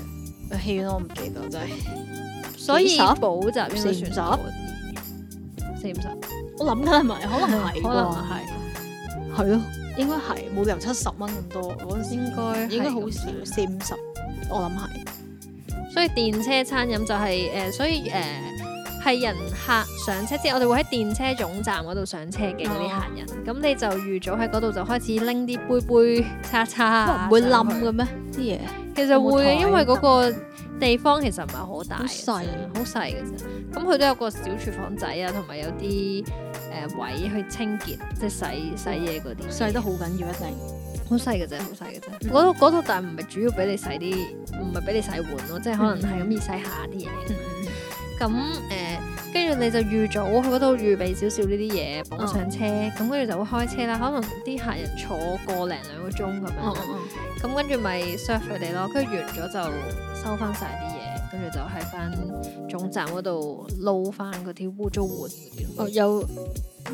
[SPEAKER 2] 係，戲院我唔記得真係。
[SPEAKER 1] 所以
[SPEAKER 2] 幾十
[SPEAKER 1] 補習應該算多啲四五十，
[SPEAKER 2] 我諗緊係咪？ 可能係，
[SPEAKER 1] 可能係，
[SPEAKER 2] 係咯，應該係冇理由七十蚊咁多嗰陣時，
[SPEAKER 1] 應該
[SPEAKER 2] 應該好
[SPEAKER 1] 係咁
[SPEAKER 2] 少
[SPEAKER 1] 樣
[SPEAKER 2] 四五十，我諗係。
[SPEAKER 1] 所以電車餐飲就係、誒、所以誒呃係、人客上車之後，我哋會喺電車總站嗰度上車嘅嗰啲客人，咁、你就預早喺嗰度就開始拎啲杯杯叉叉
[SPEAKER 2] 哇
[SPEAKER 1] 啊
[SPEAKER 2] 唔會冧
[SPEAKER 1] 上去
[SPEAKER 2] 嘅咩？啲嘢
[SPEAKER 1] 其實會嘅，
[SPEAKER 2] 有冇台
[SPEAKER 1] 因為嗰個地方其實唔係好大嘅，
[SPEAKER 2] 好細
[SPEAKER 1] 好細嘅啫。咁佢都有個小廚房仔啊，同埋有啲誒、呃位去清潔，即係洗洗嘢嗰啲。
[SPEAKER 2] 細得好緊要，一定
[SPEAKER 1] 好細嘅啫，好細嘅啫。
[SPEAKER 2] 嗯
[SPEAKER 1] 嗰度嗰度但係唔係主要俾你洗啲，唔係俾你洗碗咯，即係可
[SPEAKER 2] 嗯
[SPEAKER 1] 能係咁易洗下啲嘢。咁誒，跟住你就預早去嗰度預備少少呢啲嘢，捧
[SPEAKER 2] 哦
[SPEAKER 1] 上車。咁跟住就會開車啦。可能啲客人坐個零兩個鐘咁樣
[SPEAKER 2] 哦
[SPEAKER 1] 啦。咁跟住咪 serve 佢哋咯，跟住完咗就收翻晒啲嘢，跟住就喺翻總站嗰度撈翻嗰啲污糟碗嗰啲咯。
[SPEAKER 2] 哦，有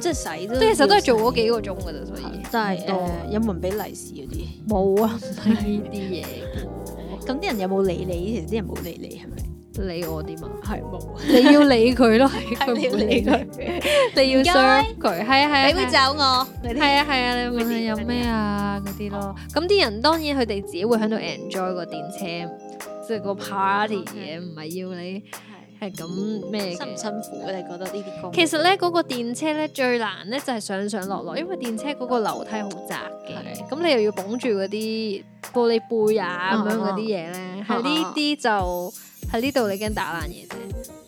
[SPEAKER 2] 即係洗都，
[SPEAKER 1] 即係其實都係做嗰幾個鐘㗎啫，所以
[SPEAKER 2] 係，但係
[SPEAKER 1] 唔多
[SPEAKER 2] 誒有冇人俾利是嗰啲？
[SPEAKER 1] 冇啊，唔係呢啲嘢
[SPEAKER 2] 咁啲人有冇理你？其實啲人冇理你係咪？
[SPEAKER 1] 喎，理我啲嘛？
[SPEAKER 2] 係冇，
[SPEAKER 1] 你要理佢 咯，係佢
[SPEAKER 2] 係
[SPEAKER 1] 唔
[SPEAKER 2] 你要
[SPEAKER 1] 會
[SPEAKER 2] 理
[SPEAKER 1] 理佢，
[SPEAKER 2] 佢。
[SPEAKER 1] 你要
[SPEAKER 2] 唔該
[SPEAKER 1] serve 佢，係啊係啊，
[SPEAKER 2] 你會走我，你
[SPEAKER 1] 係啊係啊，你問佢
[SPEAKER 2] 嗰啲
[SPEAKER 1] 飲咩啊嗰啲咯。咁啲人當然佢哋自己會喺度 enjoy 個電車，即係個 party 嘅，唔係要你係咁咩
[SPEAKER 2] 辛唔
[SPEAKER 1] 嘅。
[SPEAKER 2] 辛苦？你覺得呢啲工
[SPEAKER 1] 其實咧，嗰個電車咧最難咧就係上上落落，因為電車嗰個樓梯好窄嘅，
[SPEAKER 2] 係啊
[SPEAKER 1] 咁你又要捧住嗰啲玻璃杯啊咁樣嗰啲嘢咧，係呢啲就喺呢度你驚打爛嘢啫。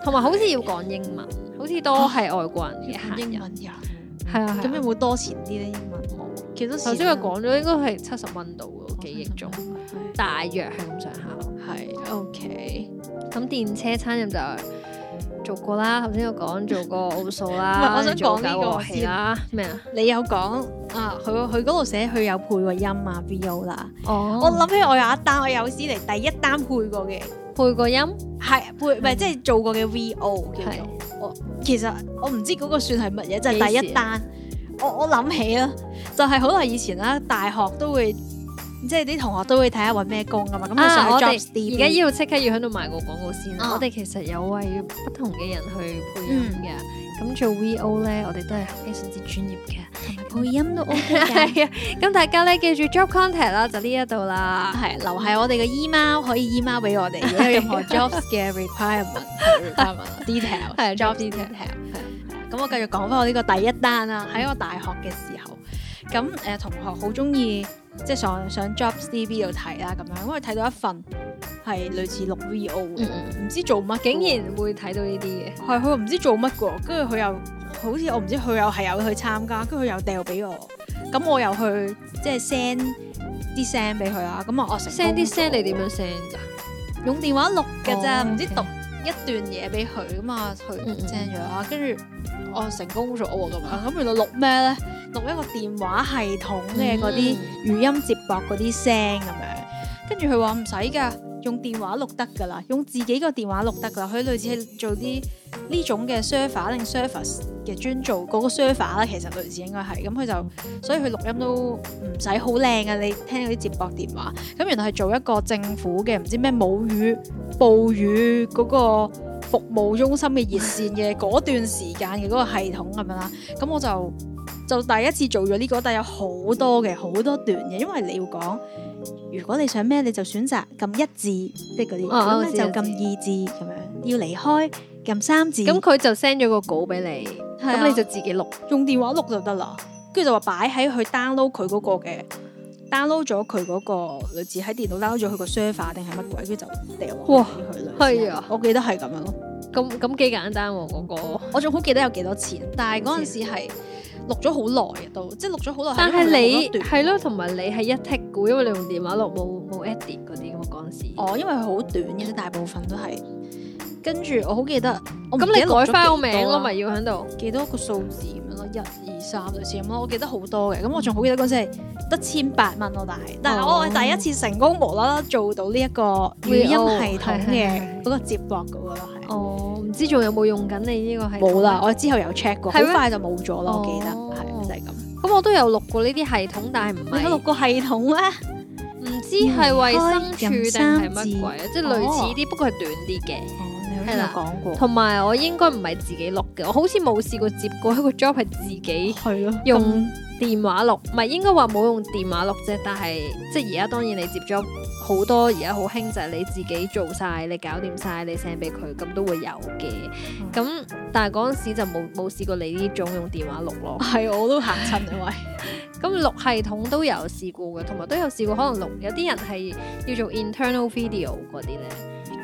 [SPEAKER 1] 同埋好似要講英文，好似多係外國人嘅客
[SPEAKER 2] 啊英
[SPEAKER 1] 人。
[SPEAKER 2] 文呀，
[SPEAKER 1] 係啊，
[SPEAKER 2] 咁
[SPEAKER 1] 咁
[SPEAKER 2] 有冇多錢啲咧？英文
[SPEAKER 1] 冇。
[SPEAKER 2] 幾多錢啊？
[SPEAKER 1] 頭先佢講咗應該係七十蚊度喎，記憶中
[SPEAKER 2] 係
[SPEAKER 1] 大約係咁上下。
[SPEAKER 2] 係 OK，
[SPEAKER 1] 咁電車餐飲就做過啦，頭先我講做過奧數
[SPEAKER 2] 唔係
[SPEAKER 1] 啦，
[SPEAKER 2] 我想
[SPEAKER 1] 做
[SPEAKER 2] 講呢個
[SPEAKER 1] 過樂器啦，咩啊？
[SPEAKER 2] 你有講啊？佢佢嗰度寫佢有配過音啊 VO 啦。
[SPEAKER 1] 哦
[SPEAKER 2] 我諗起我有一單，我有史嚟第一單配過嘅，
[SPEAKER 1] 配個音，
[SPEAKER 2] 係配唔係即係做過嘅 VO
[SPEAKER 1] 嗯
[SPEAKER 2] 叫
[SPEAKER 1] 係啊
[SPEAKER 2] 做。我其實我唔知嗰個算係乜嘢，就係、第一單。我我諗起啦，就係好耐以前啦，大學都會即係啲同學都會睇下揾咩工噶嘛。咁你
[SPEAKER 1] 啊！
[SPEAKER 2] 上
[SPEAKER 1] 我
[SPEAKER 2] 去
[SPEAKER 1] 哋
[SPEAKER 2] Jobs
[SPEAKER 1] 而家呢度即刻要喺度賣個廣告先啦。
[SPEAKER 2] 啊
[SPEAKER 1] 我哋其實有為不同嘅人去配音
[SPEAKER 2] 嗯
[SPEAKER 1] 嘅。咁做 VO 咧，我哋都係非常之專 業嘅。
[SPEAKER 2] 配音都 OK 嘅，
[SPEAKER 1] 係啊，咁大家咧記住 job contact 啦，就呢一度啦。
[SPEAKER 2] 啊係留喺我哋嘅 email 可以 email 俾我哋，如果 有任何 Jobs 嘅 requirement requirement 啊 detail
[SPEAKER 1] 係
[SPEAKER 2] job
[SPEAKER 1] job
[SPEAKER 2] detail
[SPEAKER 1] detail
[SPEAKER 2] 係啊咁我繼續講翻我呢個第一單啦，喺我大學嘅時候，咁誒、同學好中意即係上上 Jobs DB 度睇啦，咁樣，因為睇到一份係類似錄 VO 嘅
[SPEAKER 1] 嗯嗯，
[SPEAKER 2] 唔知做乜，
[SPEAKER 1] 竟然會睇到呢啲嘅。
[SPEAKER 2] 係佢又唔知做乜嘅喎，跟住佢又好似我唔知佢又係有去參加，跟住佢又掉俾我，咁我又去即係 send 啲聲俾佢啦，咁啊我成
[SPEAKER 1] send
[SPEAKER 2] 功
[SPEAKER 1] 啲
[SPEAKER 2] 咗
[SPEAKER 1] 聲你點樣 send 㗎？
[SPEAKER 2] 用電話錄嘅咋，
[SPEAKER 1] 哦
[SPEAKER 2] 唔、知
[SPEAKER 1] OK
[SPEAKER 2] 讀一段嘢俾佢咁啊，佢
[SPEAKER 1] 嗯嗯
[SPEAKER 2] send 咗啦，跟住我成功咗喎咁啊，咁原來錄咩咧？錄一個電話系統嘅嗰啲
[SPEAKER 1] 嗯
[SPEAKER 2] 語音接駁嗰啲聲咁樣，跟住佢話唔使㗎，用電話錄得㗎啦，用自己個電話錄得㗎啦，佢類似係做啲呢種嘅 server 定 service 嘅專做嗰、個 server 啦，其實類似應該係咁，佢就所以佢錄音都唔使好靚嘅，你聽嗰啲接駁電話，咁原來係做一個政府嘅唔知咩母語暴雨嗰個服務中心嘅熱線嘅嗰段時間嘅嗰個系統咁樣啦，咁我就就第一次做咗呢、個，但有好多嘅好多段嘅，因為你要講，如果你想咩你就選擇撳一字，即係嗰啲，
[SPEAKER 1] 哦
[SPEAKER 2] 咁
[SPEAKER 1] 我
[SPEAKER 2] 咧
[SPEAKER 1] 知
[SPEAKER 2] 就
[SPEAKER 1] 我知
[SPEAKER 2] 撳二字咁樣，要離開撳三字，
[SPEAKER 1] 咁佢就 send 咗個稿俾你，
[SPEAKER 2] 係啊
[SPEAKER 1] 咁你就自己錄。
[SPEAKER 2] 用電話錄就得啦，跟住就話擺喺佢 download 佢嗰個嘅 download 咗佢嗰個類似喺電腦 download 咗佢個 server 定係乜鬼，跟住就掉落
[SPEAKER 1] 哇
[SPEAKER 2] 去俾佢類似
[SPEAKER 1] 係啊
[SPEAKER 2] 我記得係咁樣咯。
[SPEAKER 1] 咁咁幾簡單喎嗰個。
[SPEAKER 2] 我仲好記得有幾多錢，但係嗰陣時係錄咗好耐嘅啊都，即係錄咗好耐。
[SPEAKER 1] 但係
[SPEAKER 2] 係
[SPEAKER 1] 你
[SPEAKER 2] 因為佢好多段
[SPEAKER 1] 係咯，同埋你係一剔估，因為你用電話錄冇冇 edit 嗰啲咁嘅嗰陣時。
[SPEAKER 2] 哦，因為佢好短嘅，大部分都係。跟住我好記得，我唔
[SPEAKER 1] 咁
[SPEAKER 2] 記得
[SPEAKER 1] 你
[SPEAKER 2] 錄咗
[SPEAKER 1] 改翻個
[SPEAKER 2] 幾多啊哦
[SPEAKER 1] 名咯，
[SPEAKER 2] 啦
[SPEAKER 1] 咪要喺度。
[SPEAKER 2] 幾多個數字咁樣咯，一二三類似咁咯，我記得好多嘅。咁我仲好記得嗰陣時係得千八蚊咯，但係但係我
[SPEAKER 1] 哦
[SPEAKER 2] 係第一次成功無啦啦做到呢一個語音系統嘅嗰個接駁嗰個咯，係
[SPEAKER 1] 哦，唔知仲有冇用緊你呢個啊係？
[SPEAKER 2] 冇啦。我之後有 check 過，好
[SPEAKER 1] 係咩
[SPEAKER 2] 快就冇咗啦，我記得
[SPEAKER 1] 哦
[SPEAKER 2] 係就係咁。
[SPEAKER 1] 咁我都有錄過呢啲系統，但係唔
[SPEAKER 2] 你有錄
[SPEAKER 1] 係
[SPEAKER 2] 個系統咧？
[SPEAKER 1] 唔知係衞生署
[SPEAKER 2] 開
[SPEAKER 1] 定
[SPEAKER 2] 任
[SPEAKER 1] 係
[SPEAKER 2] 三
[SPEAKER 1] 乜鬼啊？即係
[SPEAKER 2] 字
[SPEAKER 1] 類似啲，不過係短啲嘅。好
[SPEAKER 2] 你
[SPEAKER 1] 似有
[SPEAKER 2] 講過，
[SPEAKER 1] 同埋我應該唔係自己錄嘅，我好似冇試過接過一個 job 係自己
[SPEAKER 2] 係咯，
[SPEAKER 1] 用電話錄，唔係應該話冇用電話錄啫。但係即係而家當然你接咗好多，而家好興就係你自己做晒，你搞掂晒，你 send 俾佢，咁都會有嘅。咁、但係嗰陣時就冇冇試過你呢種用電話錄咯。
[SPEAKER 2] 係我都嚇親啊喂，
[SPEAKER 1] 咁錄系統都有試過嘅，同埋都有試過可能錄有啲人係要做 internal video 嗰啲咧，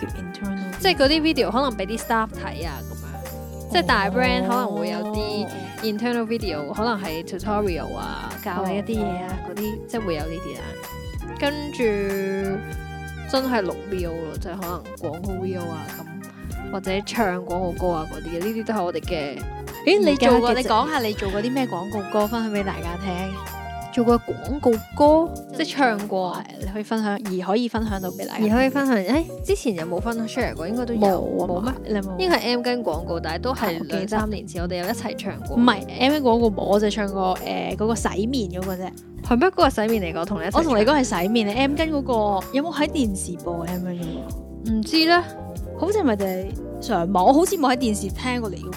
[SPEAKER 2] 叫 internal，
[SPEAKER 1] 即係嗰啲 video 可能俾啲 staff 睇啊咁樣，即係大 brand 可能會有啲。internal video 可能係 tutorial 啊，教你一啲嘢啊，嗰
[SPEAKER 2] 哦
[SPEAKER 1] 啲即係會有呢啲啦。啊跟住真係錄 VO 咯，即係可能廣告 VO 啊咁，或者唱廣告歌啊嗰啲嘅，呢啲都係我哋嘅
[SPEAKER 2] 咦，你做過？
[SPEAKER 1] 而家嘅
[SPEAKER 2] 你講下你做過啲咩廣告歌，分享俾大家聽。
[SPEAKER 1] 做過廣告歌，即係唱過，啊
[SPEAKER 2] 係你可以分享，而可以分享到俾大
[SPEAKER 1] 而
[SPEAKER 2] 家。
[SPEAKER 1] 可以分享。誒、哎之前有冇分享 share 過？應該都有，
[SPEAKER 2] 冇啊
[SPEAKER 1] 冇咩？？
[SPEAKER 2] 你冇？
[SPEAKER 1] 應該係 M 跟廣告，但係都
[SPEAKER 2] 啊
[SPEAKER 1] 係
[SPEAKER 2] 我記得
[SPEAKER 1] 兩三年前，我哋有一齊唱過。
[SPEAKER 2] 唔係 M V 廣告冇，我就唱過誒嗰個洗面嗰個啫。
[SPEAKER 1] 係咩？嗰個洗面嚟講，同你一齊
[SPEAKER 2] 我同你
[SPEAKER 1] 唱
[SPEAKER 2] 講係洗面，你 M 跟嗰個有冇喺電視播 M 跟嗰個？
[SPEAKER 1] 唔知咧，
[SPEAKER 2] 好似係咪就係上網？我好似冇喺電視聽過你嗰個。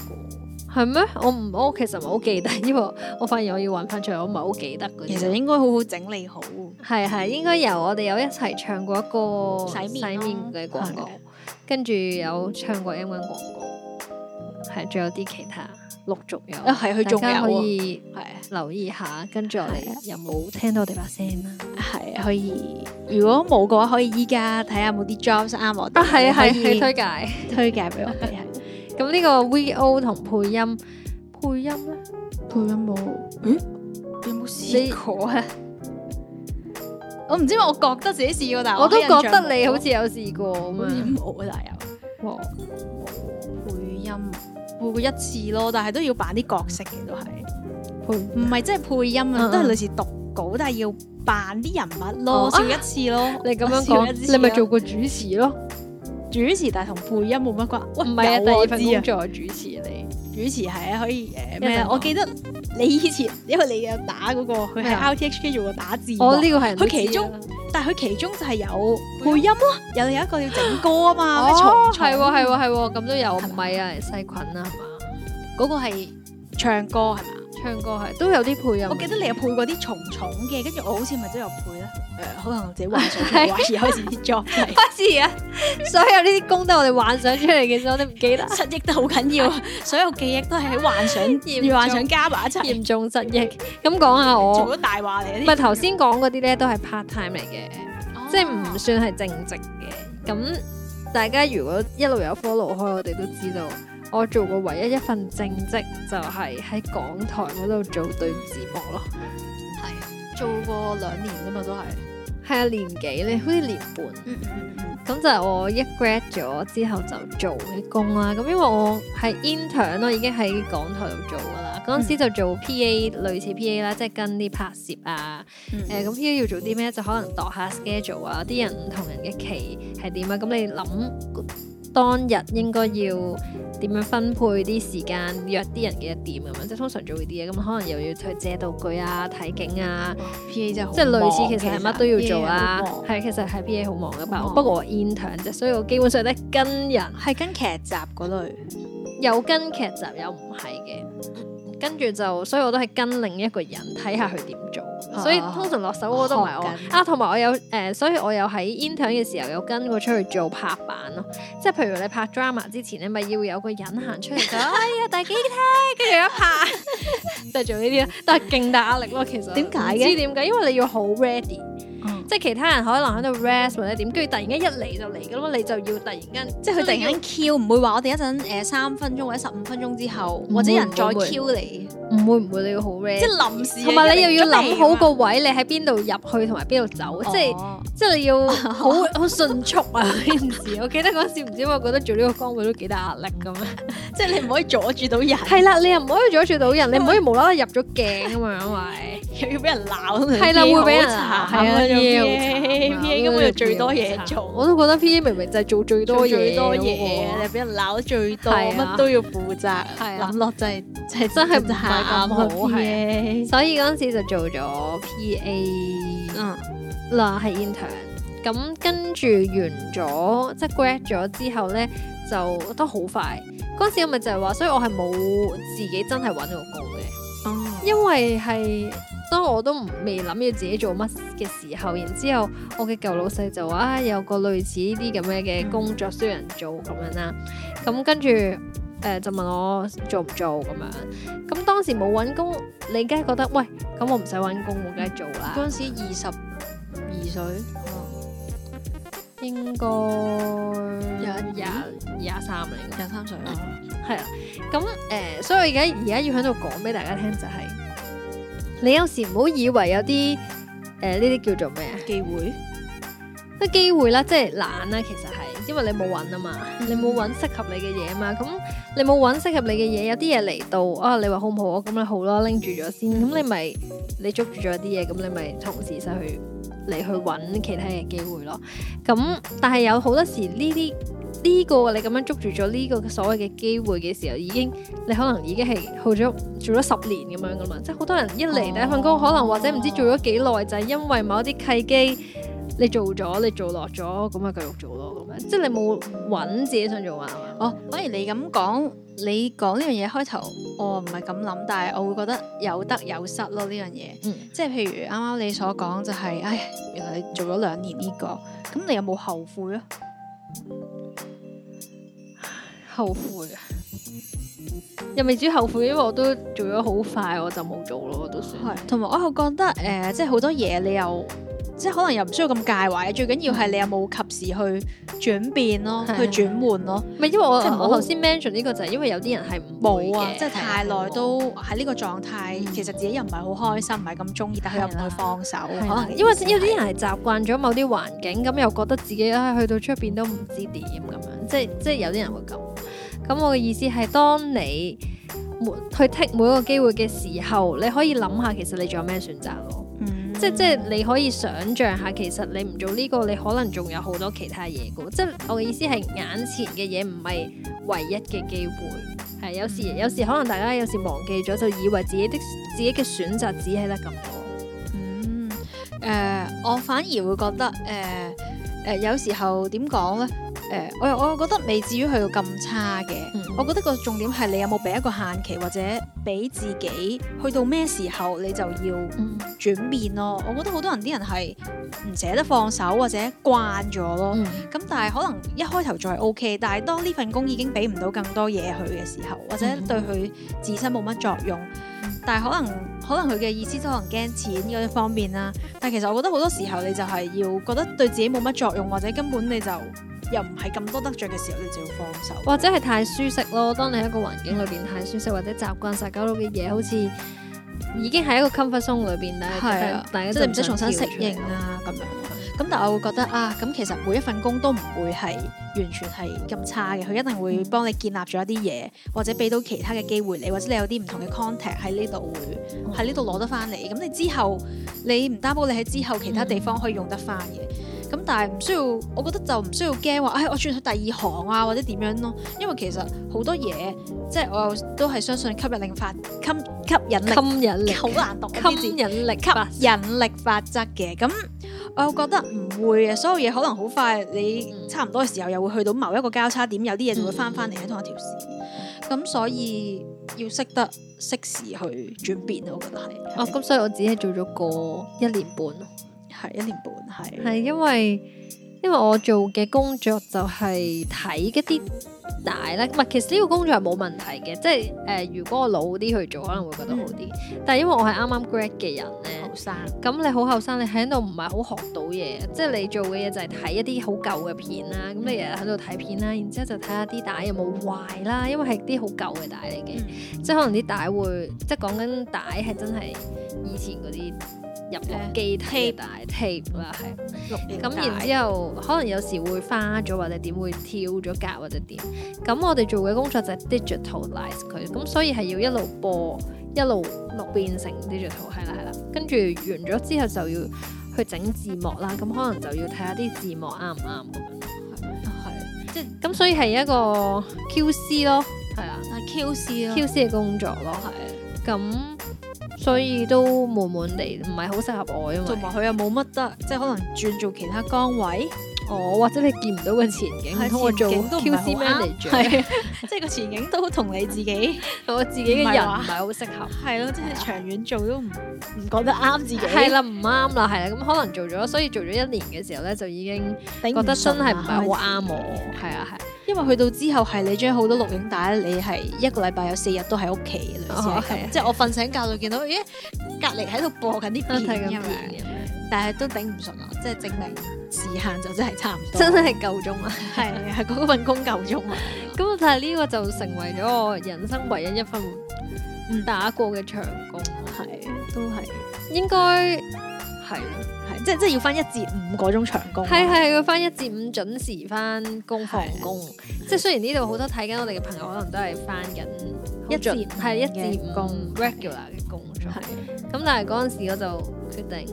[SPEAKER 1] 係咩？我唔我其實唔係好記得， 因為我發現我要揾翻出嚟，我唔係好記得嗰
[SPEAKER 2] 其實
[SPEAKER 1] 啲。
[SPEAKER 2] 應該好好整理好。
[SPEAKER 1] 係係應該由我哋有一齊唱過一個
[SPEAKER 2] 洗面咯
[SPEAKER 1] 嘅廣告
[SPEAKER 2] 係，
[SPEAKER 1] 跟住有唱過 M 1廣告，係仲有啲其他。陸續有，
[SPEAKER 2] 啊係佢仲有
[SPEAKER 1] 大
[SPEAKER 2] 啊
[SPEAKER 1] 家可以
[SPEAKER 2] 係啊
[SPEAKER 1] 留意下，跟住我哋有冇聽到我哋把聲啊啦？
[SPEAKER 2] 係可以。如果冇嘅話，可以依家睇下有冇啲 jobs 啱我哋
[SPEAKER 1] 啊，係啊係啊
[SPEAKER 2] 可以
[SPEAKER 1] 係推介。
[SPEAKER 2] 推介俾我哋。係
[SPEAKER 1] 咁呢個 VO 同配音，配音咧，
[SPEAKER 2] 配音冇，有冇
[SPEAKER 1] 試
[SPEAKER 2] 過啊？ 我唔知，我覺得自己試過，但係
[SPEAKER 1] 啊我都
[SPEAKER 2] 喺印象
[SPEAKER 1] 覺得你
[SPEAKER 2] 冇啊
[SPEAKER 1] 好似有試過咁
[SPEAKER 2] 好似
[SPEAKER 1] 樣。
[SPEAKER 2] 冇啊，但係有。
[SPEAKER 1] 哇
[SPEAKER 2] 配音配一次咯，但係都要扮啲角色嘅都係，
[SPEAKER 1] 配
[SPEAKER 2] 唔係真係配啊
[SPEAKER 1] 嗯
[SPEAKER 2] 音
[SPEAKER 1] 嗯
[SPEAKER 2] 啊，都係類似讀稿，但係要扮啲人物
[SPEAKER 1] 哦
[SPEAKER 2] 咯，笑一次咯。
[SPEAKER 1] 你咁樣
[SPEAKER 2] 笑一
[SPEAKER 1] 講，
[SPEAKER 2] 次
[SPEAKER 1] 你咪
[SPEAKER 2] 咯
[SPEAKER 1] 做過啊主持咯？
[SPEAKER 2] 主持，但係同配音冇乜關。
[SPEAKER 1] 唔
[SPEAKER 2] 喂，
[SPEAKER 1] 係啊，
[SPEAKER 2] 有
[SPEAKER 1] 第二
[SPEAKER 2] 我
[SPEAKER 1] 份
[SPEAKER 2] 知
[SPEAKER 1] 工
[SPEAKER 2] 啊
[SPEAKER 1] 作主持你。
[SPEAKER 2] 主持係啊，可以誒
[SPEAKER 1] 一
[SPEAKER 2] 咩
[SPEAKER 1] 陣
[SPEAKER 2] 啊？
[SPEAKER 1] 講
[SPEAKER 2] 我記得你以前，因為你有打嗰個，佢
[SPEAKER 1] 咩
[SPEAKER 2] 喺
[SPEAKER 1] 啊
[SPEAKER 2] RTHK 做過打字幕，啊
[SPEAKER 1] 我哦呢個係人都
[SPEAKER 2] 佢
[SPEAKER 1] 知
[SPEAKER 2] 其
[SPEAKER 1] 啊
[SPEAKER 2] 中
[SPEAKER 1] 啦
[SPEAKER 2] 但係佢其中就係有配音咯，有有一個要整歌啊嘛，咩
[SPEAKER 1] 哦
[SPEAKER 2] 蟲，
[SPEAKER 1] 係喎係喎係喎，咁都有，
[SPEAKER 2] 係
[SPEAKER 1] 唔
[SPEAKER 2] 嘛
[SPEAKER 1] 係啊，細菌啊，係嘛？
[SPEAKER 2] 嗰個係唱歌係嘛？
[SPEAKER 1] 唱歌係都有啲配音。
[SPEAKER 2] 我記得你有配過啲蟲蟲嘅，跟住我好似咪都有配咧。誒、可能我自己幻 想出嚟，懷疑開始啲 job 嚟，，
[SPEAKER 1] 開始啊！ 所有呢啲功都係我哋幻想出嚟嘅，所以我都唔記得
[SPEAKER 2] 失憶得好緊要，所有記憶都係喺幻 想
[SPEAKER 1] 重
[SPEAKER 2] 與幻想加埋一齊，
[SPEAKER 1] 嚴重失憶。咁講下 我，
[SPEAKER 2] 做咗大話嚟。
[SPEAKER 1] 唔
[SPEAKER 2] 唔
[SPEAKER 1] 係頭先講嗰啲咧，都係 part time 嚟嘅，即係唔算係正職嘅。咁大家如果一路有 follow 開，我哋都知道，我做過唯一一份正職就係喺港台嗰度做對字幕咯。啊
[SPEAKER 2] 係做過兩年啫嘛，都係。
[SPEAKER 1] 係啊，年幾咧？好似年半。
[SPEAKER 2] 嗯嗯嗯
[SPEAKER 1] 咁就係我一 grad 咗之後就做嘅工啦。咁因為我係 intern 咯，已經喺港台度做噶啦。嗰陣時就做 PA 類似 PA 啦，即係跟啲拍攝啊。
[SPEAKER 2] 嗯
[SPEAKER 1] 誒咁 PA 要做啲咩？就可能度下 schedule 啊，啲人唔同人嘅期係點啊。咁你諗當日應該要點樣分配啲時間，約啲人幾多點咁樣。即係通常做呢啲嘢，咁可能又要去借道具啊、睇景啊。
[SPEAKER 2] P A 真係
[SPEAKER 1] 即係類似，其實係乜都要做啦
[SPEAKER 2] 啊。。
[SPEAKER 1] 係，其實係 P.A. 好忙嘅，但
[SPEAKER 2] 好忙
[SPEAKER 1] 不過我 intern 啫，所以我基本上咧跟人
[SPEAKER 2] 係跟劇集嗰類，
[SPEAKER 1] 有跟劇集，有唔係嘅。跟住就，所以我都係跟另一個人睇下佢點做，
[SPEAKER 2] 啊
[SPEAKER 1] 所以通常落手嗰個都唔係
[SPEAKER 2] 學
[SPEAKER 1] 我
[SPEAKER 2] 緊
[SPEAKER 1] 啊，同埋我有誒、呃所以我有喺 intern 嘅時候有跟過出去做拍板咯，即係譬如你拍 drama 之前咧，咪要有個人行出 嚟就哎呀第幾 take，跟住一拍， 就係做呢啲咯，但係勁大壓力咯，其實
[SPEAKER 2] 點解
[SPEAKER 1] 唔
[SPEAKER 2] 嘅
[SPEAKER 1] 知點解，因為你要好 ready。
[SPEAKER 2] 嗯
[SPEAKER 1] 即係其他人可能喺度 rest 或者點，跟住突然間一嚟就嚟噶啦嘛，你就要突然間
[SPEAKER 2] 即係佢突然間 Q，唔會話我哋一陣誒三分鐘或者十五分鐘之後，
[SPEAKER 1] 會
[SPEAKER 2] 或者人再
[SPEAKER 1] 唔會
[SPEAKER 2] Q 你，
[SPEAKER 1] 唔會唔會你要好
[SPEAKER 2] 即
[SPEAKER 1] rest，
[SPEAKER 2] 係臨時啊。
[SPEAKER 1] 同埋你又要諗好
[SPEAKER 2] 個
[SPEAKER 1] 個位，你喺邊度入去同埋邊度走，
[SPEAKER 2] 哦
[SPEAKER 1] 即係
[SPEAKER 2] 係。
[SPEAKER 1] 即係你要 好好迅速啊！呢件事，我記得嗰陣時唔知點解覺得做呢個崗位都幾大壓力咁樣。
[SPEAKER 2] 即係你唔可以阻住到人，
[SPEAKER 1] 係啦，你又唔可以阻住到人，你唔可以無啦啦入咗鏡啊嘛，因
[SPEAKER 2] 又要俾人鬧，
[SPEAKER 1] 為係 啦，會俾人鬧
[SPEAKER 2] 查，
[SPEAKER 1] 係啊
[SPEAKER 2] ，P P A 根本就最多嘢
[SPEAKER 1] 我
[SPEAKER 2] 做，
[SPEAKER 1] 都覺得 P A 明明就係做最多
[SPEAKER 2] 做
[SPEAKER 1] 嘢，
[SPEAKER 2] 最多嘢，你俾人鬧得最多，
[SPEAKER 1] 係啊
[SPEAKER 2] 乜都要負責，
[SPEAKER 1] 係啊
[SPEAKER 2] 諗落真係真係
[SPEAKER 1] 真係唔係咁
[SPEAKER 2] 喊
[SPEAKER 1] 好係啊
[SPEAKER 2] P A，
[SPEAKER 1] 所以嗰陣時就做咗 P.A.
[SPEAKER 2] 嗯，
[SPEAKER 1] 啦，係 intern。咁跟住完咗，即係 grad 咗之後咧，就都好快。嗰陣時我咪就係話，所以我係冇自己真係揾到個工嘅，
[SPEAKER 2] 哦
[SPEAKER 1] 因為係當我都唔未諗要自己做乜嘅時候，然之後我嘅舊老細就話啊，有個類似呢啲咁樣嘅工作需要人做咁樣啦。咁跟住誒、呃就問我做唔做咁樣。咁當時冇揾工，你梗係覺得喂，咁我唔使揾工，我梗係做啦。
[SPEAKER 2] 嗰陣時二十二歲，
[SPEAKER 1] 應該
[SPEAKER 2] 廿
[SPEAKER 1] 廿廿三嚟嘅，
[SPEAKER 2] 廿三歲
[SPEAKER 1] 係啦。啊咁誒、呃所以我而家而家要喺度講俾大家聽就係、你有時唔好以為有啲誒呢啲叫做咩啊？
[SPEAKER 2] 機會，
[SPEAKER 1] 得機會啦，即係懶啦，其實係因為你冇揾啊嘛，你冇揾適合你嘅嘢啊嘛，咁你冇揾適合你嘅嘢，有啲嘢嚟到啊，你話好唔好啊？咁你好啦，拎住咗先，咁你咪你捉住咗啲嘢，咁你咪同時失去你去揾其他嘅機會咯。咁但係有好多時呢啲呢個你咁樣捉住咗呢個所謂嘅機會嘅時候，已經你可能已經係去咗做咗十年咁樣噶嘛，即係好多人一嚟第一份工，
[SPEAKER 2] 哦
[SPEAKER 1] 可能或者唔知做咗幾耐，就係因為某一啲契機。你做咗，你做落咗，咁咪繼續做咯，咁樣即係你冇揾自己想做啊係嘛？
[SPEAKER 2] 哦，反而你咁講，你講呢樣嘢開頭，我唔係咁諗，但係我會覺得有得有失咯呢樣嘢。
[SPEAKER 1] 嗯，
[SPEAKER 2] 即係譬如啱啱你所講就係、唉，原來你做咗兩年呢、個，咁你有冇後悔啊？
[SPEAKER 1] 後悔啊！又未至於後悔，因為我都做咗好快，我就冇做咯，我都算。
[SPEAKER 2] 係，同埋我又覺得誒、呃即係好多嘢你又即係可能又唔需要咁介懷，最緊要係你有冇及時去轉變咯，
[SPEAKER 1] 係
[SPEAKER 2] 去轉換咯。
[SPEAKER 1] 唔係因為我
[SPEAKER 2] 即係唔好
[SPEAKER 1] 我頭先 mention 呢個就係因為有啲人係唔會
[SPEAKER 2] 冇啊，
[SPEAKER 1] 嘅
[SPEAKER 2] 即係太耐都喺呢個狀態，
[SPEAKER 1] 嗯
[SPEAKER 2] 其實自己又唔係好開心，唔係咁中意，但佢又唔去放手，可
[SPEAKER 1] 係啦
[SPEAKER 2] 能
[SPEAKER 1] 因為有啲人係習慣咗某啲環境，咁又覺得自己唉去到出邊都唔知點咁樣，即係即係有啲人會咁。咁我嘅意思係，當你每去剔每一個機會嘅時候，你可以諗下其實你仲有咩選擇咯。
[SPEAKER 2] 嗯
[SPEAKER 1] 即即係你可以想像下，其實你唔做呢、個，你可能仲有好多其他嘢嘅。即係我嘅意思係，眼前嘅嘢唔係唯一嘅機會。係有時有時可能大家有時忘記咗，就以為自己的自己嘅選擇只係得咁多。
[SPEAKER 2] 嗯，誒、我反而會覺得誒誒、呃有時候點講咧？誒、我又我又覺得未至於去到咁差嘅。
[SPEAKER 1] 嗯
[SPEAKER 2] 我覺得個重點係你有冇俾一個限期，或者俾自己去到咩時候你就要
[SPEAKER 1] 嗯
[SPEAKER 2] 轉變咯。我覺得好多人啲人係唔捨得放手，或者慣咗咯。
[SPEAKER 1] 嗯
[SPEAKER 2] 咁但係可能一開頭仲係 O K，但係當呢份工已經俾唔到更多嘢佢嘅時候，或者
[SPEAKER 1] 嗯
[SPEAKER 2] 對佢自身冇乜作用，但係可能可能佢嘅意思都可能驚錢嗰啲方面啦。但係其實我覺得好多時候你就係要覺得對自己冇乜作用，或者根本你就又唔係咁多得着嘅時候，你就要放手。
[SPEAKER 1] 或者係太舒適咯。當你喺一個環境裏邊太舒適，或者習慣晒搞到嘅嘢，好似已經喺一個 comfort zone 裏邊咧，
[SPEAKER 2] 係啊
[SPEAKER 1] 大家
[SPEAKER 2] 即
[SPEAKER 1] 就
[SPEAKER 2] 係你唔使重新
[SPEAKER 1] 想
[SPEAKER 2] 適應啊咁樣。咁但係我會覺得啊，咁其實每一份工都唔會係完全係咁差嘅，佢一定會幫你建立咗一啲嘢，或者俾到其他嘅機會你，或者你有啲唔同嘅 contact 喺呢度會喺呢度攞得翻嚟。咁你之後你唔擔保你喺之後其他地方可以用得翻嘅。咁但係唔需要，我覺得就唔需要驚話，唉、哎我轉去第二行啊，或者點樣咯。因為其實好多嘢，即係我又都係相信吸引力法吸吸引力
[SPEAKER 1] 吸引力，
[SPEAKER 2] 好難讀啊呢啲字
[SPEAKER 1] 吸引力吧，
[SPEAKER 2] 吸引力法則嘅。咁我又覺得唔會嘅，所有嘢可能好快，你
[SPEAKER 1] 嗯
[SPEAKER 2] 差唔多嘅時候又會去到某一個交叉點，有啲嘢就會
[SPEAKER 1] 嗯
[SPEAKER 2] 翻翻嚟喺同一條線。咁所以要識得適時去轉變，我覺得係。
[SPEAKER 1] 哦，咁所以我只係做咗個一年半咯，
[SPEAKER 2] 係一年半係。
[SPEAKER 1] 係因為因為我做嘅工作就係睇一啲大咧，唔係其實呢個工作係冇問題嘅，即係誒、呃如果我老啲去做，可能會覺得好啲。但係因為我係啱啱 grad 嘅人咧。
[SPEAKER 2] 後生，
[SPEAKER 1] 咁你好後生，你喺度唔係好學到嘢，即係你做嘅嘢就係睇一啲好舊嘅片啦。咁你日日喺度睇片啦，然之後就睇下啲帶有冇壞啦，因為係啲好舊嘅帶嚟嘅，即係可能啲帶會，即係講緊帶係真係以前嗰啲入落機睇嘅帶 tape 啦，係。
[SPEAKER 2] 六
[SPEAKER 1] 咁然之後，可能有時會花咗或者點會跳咗格或者點。咁我哋做嘅工作就係 digitalize 佢，咁所以係要一路播一路變成 digital，係啦係啦。跟住完咗之後就要去整字幕啦，咁可能就要睇下啲字幕啱唔啱咁樣。
[SPEAKER 2] 係
[SPEAKER 1] 即係咁，所以係一個 QC 咯，係啊
[SPEAKER 2] 但係 QC 咯，
[SPEAKER 1] ，QC 嘅工作咯。
[SPEAKER 2] 係
[SPEAKER 1] 咁所以都悶悶地，唔係好適合我，因為
[SPEAKER 2] 同埋佢又冇乜得，即係可能轉做其他崗位，
[SPEAKER 1] 我哦或者你見唔到個前景，
[SPEAKER 2] 係
[SPEAKER 1] 唔通我做
[SPEAKER 2] 前景都唔係好
[SPEAKER 1] QC
[SPEAKER 2] 啱
[SPEAKER 1] manager？
[SPEAKER 2] 係 即係個前景都同你自己
[SPEAKER 1] 我自己嘅
[SPEAKER 2] 唔
[SPEAKER 1] 人
[SPEAKER 2] 係話
[SPEAKER 1] 唔係好適合，
[SPEAKER 2] 係咯，即係長遠做都唔唔覺得啱自己，
[SPEAKER 1] 係啦，唔啱啦，係啦，咁可能做咗，所以做咗一年嘅時候咧，就已經
[SPEAKER 2] 頂唔順
[SPEAKER 1] 覺
[SPEAKER 2] 啊
[SPEAKER 1] 得真係唔係好啱
[SPEAKER 2] 開始
[SPEAKER 1] 我，係啊係，
[SPEAKER 2] 因為去到之後係你將好多錄影帶，你係一個禮拜有四日都喺屋企，類似係
[SPEAKER 1] 哦係
[SPEAKER 2] 咁。
[SPEAKER 1] 啊
[SPEAKER 2] 即係我瞓醒覺就見到，咦，隔離喺度播緊啲
[SPEAKER 1] 真係啊
[SPEAKER 2] 片咁
[SPEAKER 1] 咁
[SPEAKER 2] 樣，
[SPEAKER 1] 樣，
[SPEAKER 2] 但係都頂唔順啊！即係證明時限就真係差唔多，
[SPEAKER 1] 真係夠鐘啦。
[SPEAKER 2] 係係嗰份工夠鐘啊！
[SPEAKER 1] 咁但係呢個就成為咗我人生唯一一份唔打過嘅長工，
[SPEAKER 2] 係都係
[SPEAKER 1] 應該係咯，
[SPEAKER 2] 係即係即係要翻一至五嗰種長工，啊
[SPEAKER 1] 係係要翻一至五準時翻工放工，即係雖然呢度好多睇緊我哋嘅朋友可能都係翻緊
[SPEAKER 2] 一至
[SPEAKER 1] 至係一至
[SPEAKER 2] 五嘅
[SPEAKER 1] 五
[SPEAKER 2] 工
[SPEAKER 1] regular 嘅工作。
[SPEAKER 2] 係
[SPEAKER 1] 咁但係嗰陣時我就決定，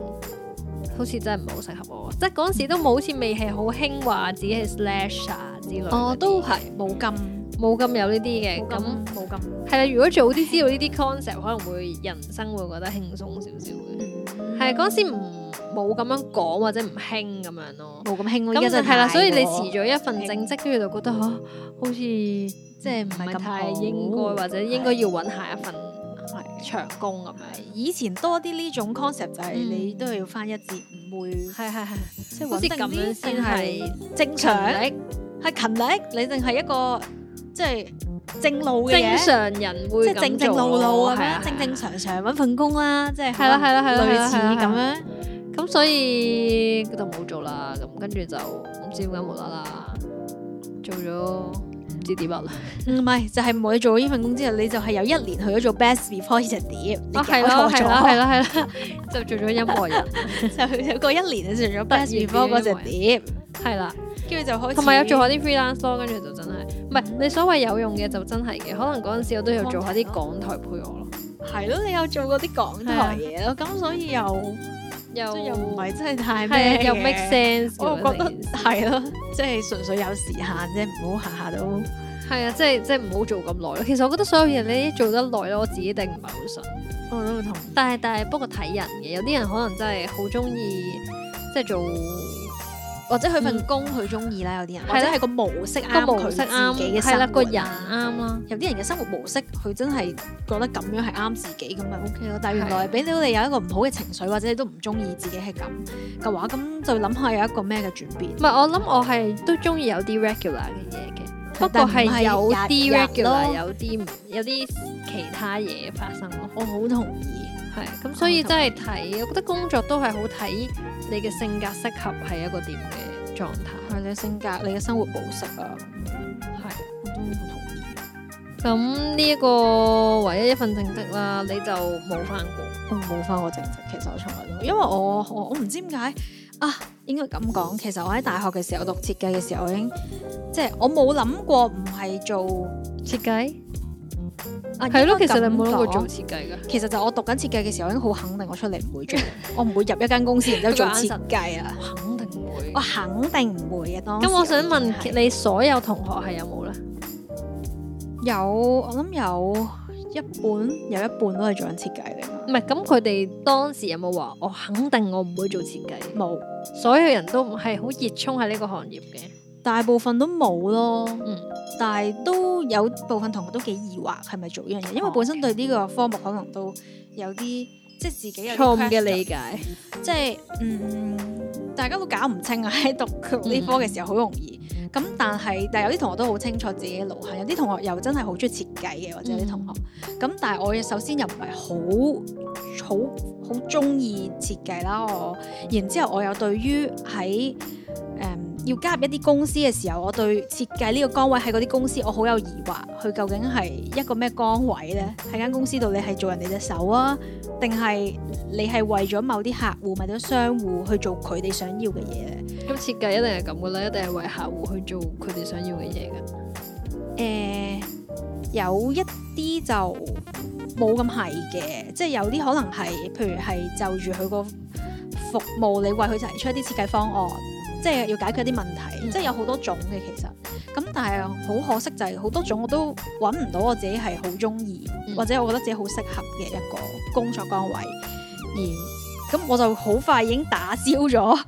[SPEAKER 1] 好似真係唔係好適合我，即係嗰陣時都冇好似未係好興話自己係 slash 啊之類嗰啲。
[SPEAKER 2] 哦都係冇咁
[SPEAKER 1] 冇咁有呢啲嘅，
[SPEAKER 2] 冇
[SPEAKER 1] 咁
[SPEAKER 2] 咁冇咁
[SPEAKER 1] 係啦。如果早啲知道呢啲 concept，可能會人生會覺得輕鬆少少嘅。係嗰陣時唔冇咁樣講或者唔興咁樣咯。
[SPEAKER 2] 冇咁輕咯，
[SPEAKER 1] 咁
[SPEAKER 2] 而
[SPEAKER 1] 就
[SPEAKER 2] 家
[SPEAKER 1] 係啦，所以你
[SPEAKER 2] 遲
[SPEAKER 1] 辭咗一份正職，跟住就覺得嚇、啊好似即係唔係太應該，或者應該要揾下一份
[SPEAKER 2] 係。
[SPEAKER 1] 長工咁樣。
[SPEAKER 2] 以前多啲呢種 concept 就係
[SPEAKER 1] 嗯
[SPEAKER 2] 你都要翻一至五會，
[SPEAKER 1] 係係係，
[SPEAKER 2] 即係
[SPEAKER 1] 好
[SPEAKER 2] 穩
[SPEAKER 1] 似
[SPEAKER 2] 定
[SPEAKER 1] 咁
[SPEAKER 2] 啲
[SPEAKER 1] 樣
[SPEAKER 2] 先
[SPEAKER 1] 先
[SPEAKER 2] 係
[SPEAKER 1] 係
[SPEAKER 2] 正
[SPEAKER 1] 勤
[SPEAKER 2] 常，
[SPEAKER 1] 力。
[SPEAKER 2] 係勤力，你定係一個即係正路嘅
[SPEAKER 1] 正
[SPEAKER 2] 嘢，
[SPEAKER 1] 常人
[SPEAKER 2] 即
[SPEAKER 1] 會
[SPEAKER 2] 係
[SPEAKER 1] 咁
[SPEAKER 2] 正正
[SPEAKER 1] 做
[SPEAKER 2] 路路
[SPEAKER 1] 咯
[SPEAKER 2] 咁
[SPEAKER 1] 係啊
[SPEAKER 2] 樣，正正常常揾份工啦，即係
[SPEAKER 1] 係啦係啦係啦係
[SPEAKER 2] 類
[SPEAKER 1] 啦
[SPEAKER 2] 似
[SPEAKER 1] 係啦
[SPEAKER 2] 咁
[SPEAKER 1] 係
[SPEAKER 2] 樣。
[SPEAKER 1] 咁所以就冇做啦，咁跟住就唔知點解無啦啦做咗唔知點乜啦，
[SPEAKER 2] 唔係，就係冇咗做呢份工之後，你就係由一年去咗做 best before 呢隻碟，你
[SPEAKER 1] 啊係
[SPEAKER 2] 搞
[SPEAKER 1] 咯
[SPEAKER 2] 錯
[SPEAKER 1] 係啦係
[SPEAKER 2] 咗，
[SPEAKER 1] 啦係啦，就做咗音樂人，
[SPEAKER 2] 就有過一年你做咗 best
[SPEAKER 1] 突然
[SPEAKER 2] before 嗰隻
[SPEAKER 1] 變咗
[SPEAKER 2] 碟，
[SPEAKER 1] 係啦，
[SPEAKER 2] 跟住就開始
[SPEAKER 1] 同埋有做下啲 freelance 咯，跟住就真係唔係你所謂有用嘅就真係嘅，可能嗰陣時我都有做下啲港台配樂咯，
[SPEAKER 2] 係咯，你有做過啲港台嘢咯，咁所以又
[SPEAKER 1] 又
[SPEAKER 2] 即係又唔係真係太
[SPEAKER 1] 係啊
[SPEAKER 2] 咩
[SPEAKER 1] 又
[SPEAKER 2] 嘅
[SPEAKER 1] make sense
[SPEAKER 2] 我
[SPEAKER 1] 嘅
[SPEAKER 2] 覺
[SPEAKER 1] 成
[SPEAKER 2] 得
[SPEAKER 1] 件事
[SPEAKER 2] 係咯，即係純粹有時限啫，唔好下下都
[SPEAKER 1] 係啊，即係即係唔好做咁耐咯。其實我覺得所有嘢你做得耐咯，我自己定唔係好信。
[SPEAKER 2] 我都會同
[SPEAKER 1] 但係但係不過睇人嘅，有啲人可能真係好中意即係做
[SPEAKER 2] 或者佢份工佢中意啦，有啲人
[SPEAKER 1] 係啦
[SPEAKER 2] 或者係個模式啱
[SPEAKER 1] 個
[SPEAKER 2] 佢
[SPEAKER 1] 模
[SPEAKER 2] 自
[SPEAKER 1] 式啱，
[SPEAKER 2] 己嘅
[SPEAKER 1] 係啦個
[SPEAKER 2] 生活啊
[SPEAKER 1] 人啱啦，
[SPEAKER 2] 有啲人嘅生活模式，佢真係覺得咁樣係啱自己咁咪 OK 咯。但係原來俾到你有一個唔好嘅情緒，或者你都唔中意自己係咁嘅話，咁就諗下有一個咩嘅轉變
[SPEAKER 1] 唔。係我諗我係都中意有啲 regular 嘅嘢嘅，不過
[SPEAKER 2] 但唔係
[SPEAKER 1] 係有
[SPEAKER 2] 日
[SPEAKER 1] 啲
[SPEAKER 2] 日咯
[SPEAKER 1] regular 有啲唔有啲其他嘢發生咯。
[SPEAKER 2] 我好同意，
[SPEAKER 1] 係咁，所以真係睇，我覺得工作都係好睇你嘅性格適合係一個點嘅狀態。
[SPEAKER 2] 係你嘅性格、你嘅生活模式啊，
[SPEAKER 1] 係。
[SPEAKER 2] 我都好同意。
[SPEAKER 1] 咁呢一個唯一一份正職啦，你就冇翻過。
[SPEAKER 2] 我冇翻我正職，其實我從來都，因為我我我唔知點解啊，應該咁講。其實我喺大學嘅時候讀設計嘅時候，我已經即係我冇諗過唔係做
[SPEAKER 1] 設計
[SPEAKER 2] 啊。
[SPEAKER 1] 係咯，
[SPEAKER 2] 應該
[SPEAKER 1] 其實你冇諗過
[SPEAKER 2] 咁講
[SPEAKER 1] 做設計噶，
[SPEAKER 2] 其實就我讀緊設計嘅時候，我已經好肯定我出嚟唔會做，
[SPEAKER 1] 嗯
[SPEAKER 2] 我唔會入一間公司然之後做設 計啦。
[SPEAKER 1] 肯定會
[SPEAKER 2] 我。肯定唔會嘅當時
[SPEAKER 1] 咁我想問
[SPEAKER 2] 係
[SPEAKER 1] 你所有同學係有冇咧？
[SPEAKER 2] 有我諗有一半有一半都係做緊設計嚟㗎，
[SPEAKER 1] 唔係，咁佢哋當時有冇話我肯定我唔會做設計？
[SPEAKER 2] 冇
[SPEAKER 1] 所有人都唔係好熱衷喺呢個行業嘅。
[SPEAKER 2] 大部分都冇咯。
[SPEAKER 1] 嗯
[SPEAKER 2] 但係都有部分同學都幾疑惑係咪做呢樣嘢，
[SPEAKER 1] 哦
[SPEAKER 2] 因為本身對呢
[SPEAKER 1] 嗯
[SPEAKER 2] 個科目可能都有啲即係自己有啲
[SPEAKER 1] 錯誤嘅
[SPEAKER 2] question
[SPEAKER 1] 理解，
[SPEAKER 2] 即係嗯，大家都搞唔清啊！喺讀呢科
[SPEAKER 1] 嗯
[SPEAKER 2] 嘅時候好容易，咁、但係但係有啲同學都好清楚自己嘅路向，有啲同學又真係好中意設計嘅，或者有啲同學咁，但係我首先又唔係好好好中意設計啦，我然之後我又對於喺誒、嗯要加入一啲公司嘅時候，我對設計呢個崗位喺嗰啲公司我好有疑惑，佢究竟係一個咩崗位呢？喺間公司度你係做人哋隻手啊？定係你係為咗某啲客戶、某啲商戶去做佢哋想要嘅嘢咧？
[SPEAKER 1] 咁設計一定係咁噶啦，一定係為客戶去做佢哋想要嘅嘢噶。
[SPEAKER 2] 誒、呃有一啲就冇咁係嘅，即係有啲可能係，譬如係就住佢個服務，你為佢提出一啲設計方案，即係要解決一啲問題，
[SPEAKER 1] 嗯
[SPEAKER 2] 即係有好多種嘅其實。咁但係好可惜就係好多種我都揾唔到我自己係好中意，
[SPEAKER 1] 嗯
[SPEAKER 2] 或者我覺得自己好適合嘅一個工作崗位，而咁我就好快已經打消咗。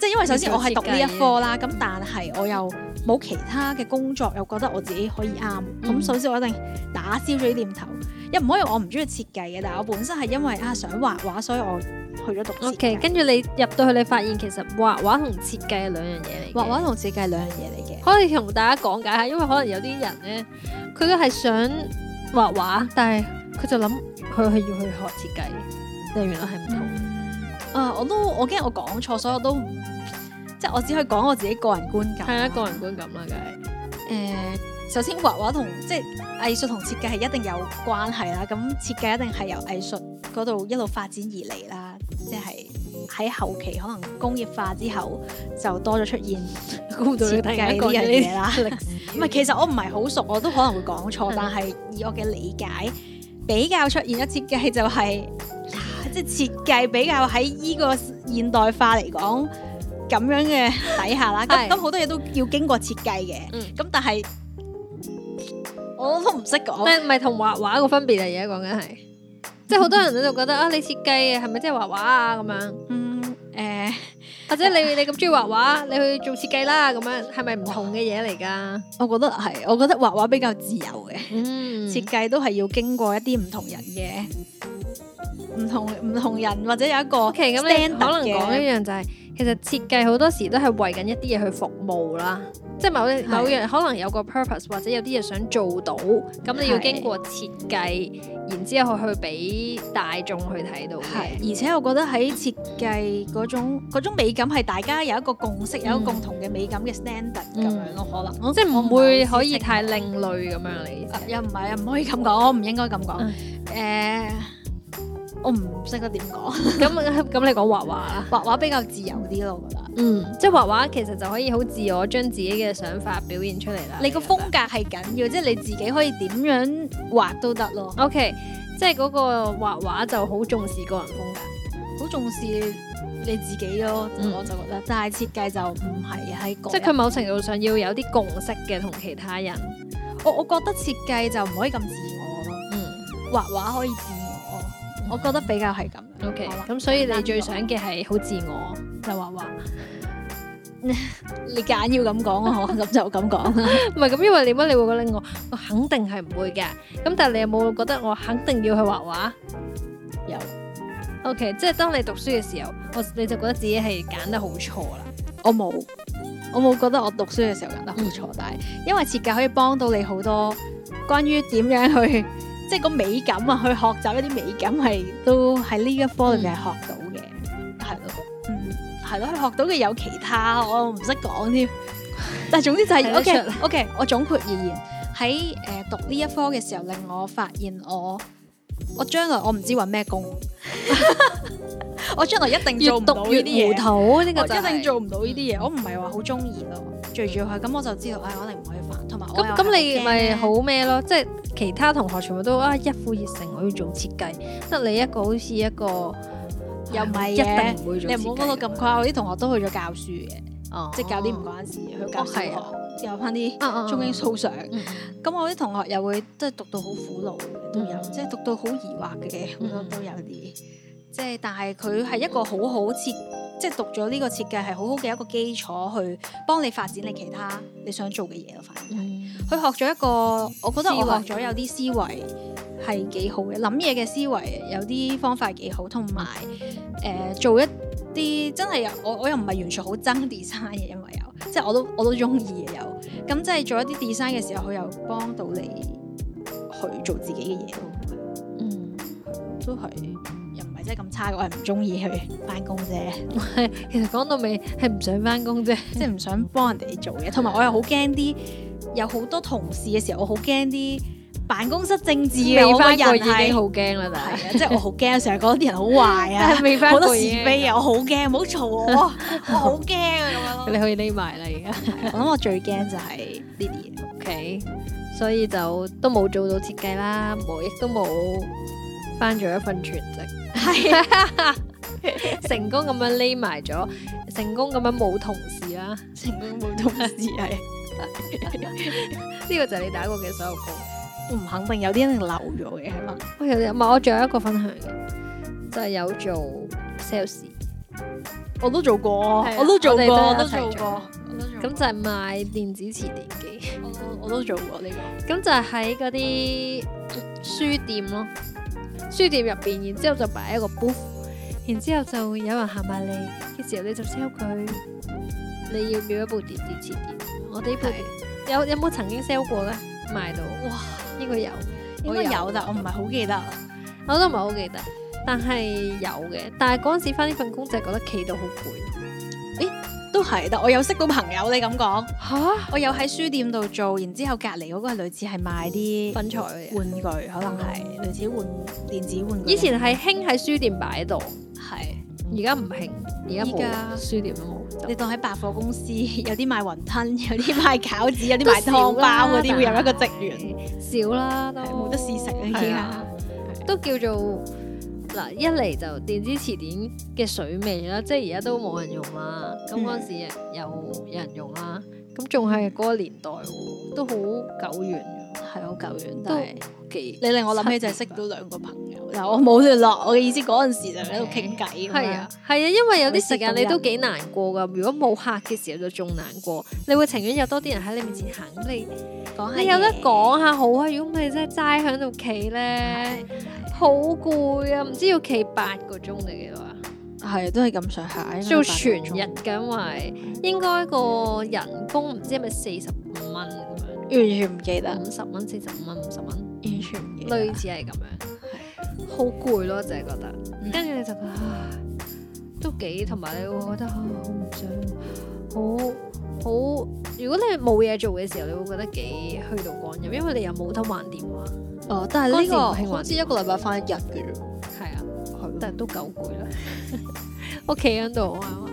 [SPEAKER 2] 即係因為首先我係讀呢一科啦，
[SPEAKER 1] 嗯
[SPEAKER 2] 咁但係我又冇其他嘅工作，又覺得我自己可以啱，咁、
[SPEAKER 1] 嗯
[SPEAKER 2] 首先我一定打消咗呢念頭。又唔可以我唔中意設計嘅，但係我本身係因為啊想畫畫，所以我去咗讀設
[SPEAKER 1] OK，
[SPEAKER 2] 計。
[SPEAKER 1] 跟住你入到去，你發現其實畫畫同設計係兩樣嘢嚟嘅。
[SPEAKER 2] 畫畫同設計係兩樣嘢嚟嘅，
[SPEAKER 1] 可以同大家講解下，因為可能有啲人咧，佢都係想畫畫，但係佢就諗佢係要去學設計，但係原來係唔同。
[SPEAKER 2] 嗯啊我都我驚我講錯，所以我都即係我只可以講我自己個人觀感。
[SPEAKER 1] 係啊啦，個人觀感啦，梗係。
[SPEAKER 2] 誒、呃首先畫畫同即係藝術同設計係一定有關係啦。咁設計一定係由藝術嗰度一路發展而嚟啦，即係喺後期可能工業化之後就多咗出現。
[SPEAKER 1] 估唔
[SPEAKER 2] 到
[SPEAKER 1] 到
[SPEAKER 2] 你
[SPEAKER 1] 你
[SPEAKER 2] 突
[SPEAKER 1] 突然
[SPEAKER 2] 然間
[SPEAKER 1] 間
[SPEAKER 2] 講
[SPEAKER 1] 講
[SPEAKER 2] 呢
[SPEAKER 1] 嘢
[SPEAKER 2] 啲
[SPEAKER 1] 呢
[SPEAKER 2] 啦
[SPEAKER 1] 啲歷史。
[SPEAKER 2] 唔係，其實我唔係好熟，我都可能會講
[SPEAKER 1] 嗯，
[SPEAKER 2] 錯但係以我嘅理解，比較出現一設計就係、啊即係設計比較喺依個現代化嚟講咁樣嘅底下啦。咁
[SPEAKER 1] 係
[SPEAKER 2] 咁好多嘢都要經過設計嘅，咁、
[SPEAKER 1] 嗯
[SPEAKER 2] 但係我都唔識講。
[SPEAKER 1] 但係唔係同畫畫個分別嚟嘅，講緊係。即係好多人喺度覺得啊，你設計係咪即係畫畫啊咁樣？
[SPEAKER 2] 嗯誒、
[SPEAKER 1] 或者你你咁中意畫畫，你去做設計啦咁樣，係咪唔同嘅嘢嚟㗎？
[SPEAKER 2] 我覺得係，我覺得畫畫比較自由嘅。
[SPEAKER 1] 嗯
[SPEAKER 2] 設計都係要經過一啲唔同人嘅唔同唔同人或者有一個
[SPEAKER 1] O K，咁你可
[SPEAKER 2] standard
[SPEAKER 1] 能講
[SPEAKER 2] 嘅
[SPEAKER 1] 一樣就係、其實設計好多時都係為緊一啲嘢去服務啦，即係某啲
[SPEAKER 2] 係
[SPEAKER 1] 某樣可能有個 purpose 或者有啲嘢想做到，咁你要
[SPEAKER 2] 係
[SPEAKER 1] 經過設計，然之後去俾大眾去睇到嘅。
[SPEAKER 2] 係，而且我覺得喺設計嗰種嗰種美感係大家有一個共識，有一個
[SPEAKER 1] 嗯
[SPEAKER 2] 共同嘅美感嘅 standard 咁樣咯，可能
[SPEAKER 1] 即係唔會
[SPEAKER 2] 我唔係好
[SPEAKER 1] 可
[SPEAKER 2] 知
[SPEAKER 1] 以
[SPEAKER 2] 識
[SPEAKER 1] 太另類咁樣你意思
[SPEAKER 2] 啊又唔係啊，唔可以咁講，唔應該咁講。
[SPEAKER 1] 嗯
[SPEAKER 2] 誒，我唔識得點 講，
[SPEAKER 1] 咁咁你講畫畫啦，
[SPEAKER 2] 畫畫比較自由啲咯，我覺得。
[SPEAKER 1] 嗯，即係畫畫其實就可以好自我將自己嘅想法表現出嚟啦。
[SPEAKER 2] 你個風格係緊要，即係你自己可以點樣畫都得咯。
[SPEAKER 1] O K，即係嗰個畫畫就好重視個人風格。
[SPEAKER 2] 好重視你自己咯，
[SPEAKER 1] 嗯
[SPEAKER 2] 我就覺得。但係設計就唔係喺嗰一
[SPEAKER 1] 即係佢某程度上要有啲共識嘅同其他人。
[SPEAKER 2] 我我覺得設計就唔可以咁自我咯，
[SPEAKER 1] 嗯
[SPEAKER 2] 畫畫可以自我，我覺得比較係咁樣。
[SPEAKER 1] ，OK，
[SPEAKER 2] 好啦
[SPEAKER 1] 咁所以你最想嘅係好自我，就畫畫。
[SPEAKER 2] 你揀要咁講啊，我 咁就咁講啦。
[SPEAKER 1] 唔係咁，因為點解你會覺得我我肯定係唔會嘅？咁但係你有冇覺得我肯定要去畫畫
[SPEAKER 2] 有
[SPEAKER 1] ？OK，即係當你讀書嘅時候，我你就覺得自己係揀得好錯啦。
[SPEAKER 2] 我冇，我冇覺得我讀書嘅時候揀得好錯，但係因為設計可以幫到你好多關於點樣去， 即係個美感啊，去學習一啲美感係都喺呢一科裏面係學到嘅，係咯，嗯，係咯，佢學到嘅有其他，我唔識 講添。但係總之就係、
[SPEAKER 1] 睇
[SPEAKER 2] O
[SPEAKER 1] 得出
[SPEAKER 2] K O K，我總括而言喺誒、呃、讀呢一科嘅時候，令我發現我我將來我唔知揾 咩工，我將來一定做唔到呢啲嘢。
[SPEAKER 1] 糊塗呢個
[SPEAKER 2] 我
[SPEAKER 1] 就
[SPEAKER 2] 哦一定
[SPEAKER 1] 係嗯
[SPEAKER 2] 做唔到呢啲嘢，我唔係話好中意咯。最主要係咁，我就知道，哎唉，我一定唔可以犯。同埋我
[SPEAKER 1] 咁
[SPEAKER 2] 又
[SPEAKER 1] 咁
[SPEAKER 2] 係
[SPEAKER 1] 你
[SPEAKER 2] 驚
[SPEAKER 1] 咪好咩咯？即係其他同學全部都啊一副熱誠，我要做設計，得你一個好似一個
[SPEAKER 2] 又唔係
[SPEAKER 1] 一
[SPEAKER 2] 嘅
[SPEAKER 1] 定唔會做。
[SPEAKER 2] 你唔好講到咁誇張。我啲同學都去咗教書嘅，
[SPEAKER 1] 咁
[SPEAKER 2] 即係教啲唔關事嘅，去教小
[SPEAKER 1] 哦
[SPEAKER 2] 學，有翻啲
[SPEAKER 1] 關
[SPEAKER 2] 中英數上。
[SPEAKER 1] 嗯
[SPEAKER 2] 咁我啲同學又會即係讀到好苦惱嘅都有，
[SPEAKER 1] 嗯
[SPEAKER 2] 即係讀到好疑惑嘅好多
[SPEAKER 1] 嗯
[SPEAKER 2] 都有啲。即係但係佢係一個好好設，即係讀咗呢個設計係好好嘅一個基礎，去幫你發展你其他你想做嘅嘢咯，反
[SPEAKER 1] ừ,
[SPEAKER 2] 而係。佢學咗一個，我覺得我學咗有啲思維係幾好嘅，諗嘢嘅思維有啲方法係幾好，同埋誒做一啲真係有我我又唔係完全好憎 design 嘅，因為有即係我都我都中意嘅有，咁即係做一啲 design 嘅時候，佢又幫到你去做自己嘅嘢咯，
[SPEAKER 1] 嗯，
[SPEAKER 2] 都係又唔係真係咁差嘅，我係唔中意去翻工啫，
[SPEAKER 1] 其實講到尾係唔想翻工啫。
[SPEAKER 2] 即係唔想幫人哋做嘢，同埋我又好驚啲有好多同事嘅時候，我好驚啲辦公室政治嘅，
[SPEAKER 1] 未
[SPEAKER 2] 我個
[SPEAKER 1] 翻過
[SPEAKER 2] 人
[SPEAKER 1] 已經
[SPEAKER 2] 係
[SPEAKER 1] 好驚啦，
[SPEAKER 2] 係
[SPEAKER 1] 但
[SPEAKER 2] 啊
[SPEAKER 1] 係，
[SPEAKER 2] 即係我好驚，成日覺得啲人好壞
[SPEAKER 1] 但
[SPEAKER 2] 啊
[SPEAKER 1] 係，未翻
[SPEAKER 2] 好
[SPEAKER 1] 過
[SPEAKER 2] 多是
[SPEAKER 1] 已經
[SPEAKER 2] 非啊，我好驚，唔好嘈我，我好驚啊咁樣 咯。
[SPEAKER 1] 你可以匿埋啦而家。
[SPEAKER 2] 我諗我最驚就係啊呢啲嘢，
[SPEAKER 1] OK，所以就都冇做到設計啦，冇亦都冇翻咗一份全職，
[SPEAKER 2] 係啊
[SPEAKER 1] 成功咁樣匿埋咗，成功咁樣冇同事啦。
[SPEAKER 2] 成功冇同事係，
[SPEAKER 1] 呢個就係你打過嘅所有工。
[SPEAKER 2] 我唔肯定有啲一定留咗嘅係嘛？
[SPEAKER 1] 我有啲唔係，我仲有一個分享嘅，就係、有做 sales，
[SPEAKER 2] 我都做過，
[SPEAKER 1] 係啊
[SPEAKER 2] 我都做過，
[SPEAKER 1] 我
[SPEAKER 2] 我
[SPEAKER 1] 哋都
[SPEAKER 2] 都
[SPEAKER 1] 有
[SPEAKER 2] 做
[SPEAKER 1] 一齊做
[SPEAKER 2] 過，我都做
[SPEAKER 1] 咁就係賣電子磁電機，
[SPEAKER 2] 過我我都做過呢個，
[SPEAKER 1] 咁就係喺嗰啲書店咯，書店入邊，然之後就擺一個 booth，然之後就有人行埋嚟嘅時候，你就 sell 佢，你要唔要一部電子磁電？我哋呢部有有冇曾經 sell 過咧？賣到
[SPEAKER 2] 哇，
[SPEAKER 1] 應該有，
[SPEAKER 2] 應
[SPEAKER 1] 我
[SPEAKER 2] 該有，但我唔係好記得。
[SPEAKER 1] 我都唔係好記得，但係有嘅。但係嗰陣時翻呢份工就係覺得企到好攰。
[SPEAKER 2] 都係，但我有識到朋友你咁講，
[SPEAKER 1] 吓，
[SPEAKER 2] 我有喺書店度做，然之後隔離嗰個係類似係賣啲
[SPEAKER 1] 粉彩嘅嘢。
[SPEAKER 2] 玩具，可能係類似玩電子玩具。
[SPEAKER 1] 以前係興喺書店擺度，
[SPEAKER 2] 係
[SPEAKER 1] 而家唔興，而家
[SPEAKER 2] 依家
[SPEAKER 1] 冇書店都冇。就
[SPEAKER 2] 你當喺百貨公司， 有啲賣雲 吞，有啲賣餃子，有啲
[SPEAKER 1] 都
[SPEAKER 2] 賣湯包嗰
[SPEAKER 1] 少
[SPEAKER 2] 啲，
[SPEAKER 1] 啦
[SPEAKER 2] 會有一個職員，
[SPEAKER 1] 少啦，都
[SPEAKER 2] 係冇得試食啊！而
[SPEAKER 1] 係
[SPEAKER 2] 家
[SPEAKER 1] 啊都叫做嗱，一嚟就電子詞典嘅水味啦，即係而家都冇人用啦。咁
[SPEAKER 2] 嗯
[SPEAKER 1] 嗰陣時有有人用啦，咁仲係嗰個年代喎，都好久遠嘅，
[SPEAKER 2] 係好久遠，但係
[SPEAKER 1] 幾
[SPEAKER 2] 你令我諗起就係識到兩個朋友，但我冇聯絡。我嘅意思嗰陣時就喺度傾偈咁樣
[SPEAKER 1] 係啊，，係啊，因為有啲時間你
[SPEAKER 2] 會識到
[SPEAKER 1] 都幾難過噶。如果冇客嘅時候就仲難過，你會情願有多啲人喺你面前行，咁你
[SPEAKER 2] 講下
[SPEAKER 1] 你有得
[SPEAKER 2] 嘢
[SPEAKER 1] 講下好啊。如果唔係真係齋喺度企咧，好攰啊，唔知要企八個鐘定幾耐啊？
[SPEAKER 2] 係都係咁上下，應該
[SPEAKER 1] 做
[SPEAKER 2] 八個
[SPEAKER 1] 全
[SPEAKER 2] 鐘
[SPEAKER 1] 日嘅，因為應該個人工唔知係咪四十五蚊咁
[SPEAKER 2] 完全唔記得，
[SPEAKER 1] 樣，五十蚊、四十五蚊、五十蚊，
[SPEAKER 2] 完全唔記得。
[SPEAKER 1] 類似係咁樣，好攰咯，就係覺得，
[SPEAKER 2] 嗯
[SPEAKER 1] 跟住你就覺得啊都幾，同埋你會覺得啊，好唔想，好好，如果你冇嘢做嘅時候，你會覺得幾虛度光陰，因為你又冇得玩電話，
[SPEAKER 2] 哦，但
[SPEAKER 1] 嗰
[SPEAKER 2] 係呢
[SPEAKER 1] 陣時唔興
[SPEAKER 2] 個
[SPEAKER 1] 玩
[SPEAKER 2] 好似一個禮拜翻一日嘅啫，
[SPEAKER 1] 係啊，
[SPEAKER 2] 係
[SPEAKER 1] 但係都夠攰啦， 屋企喺度啊，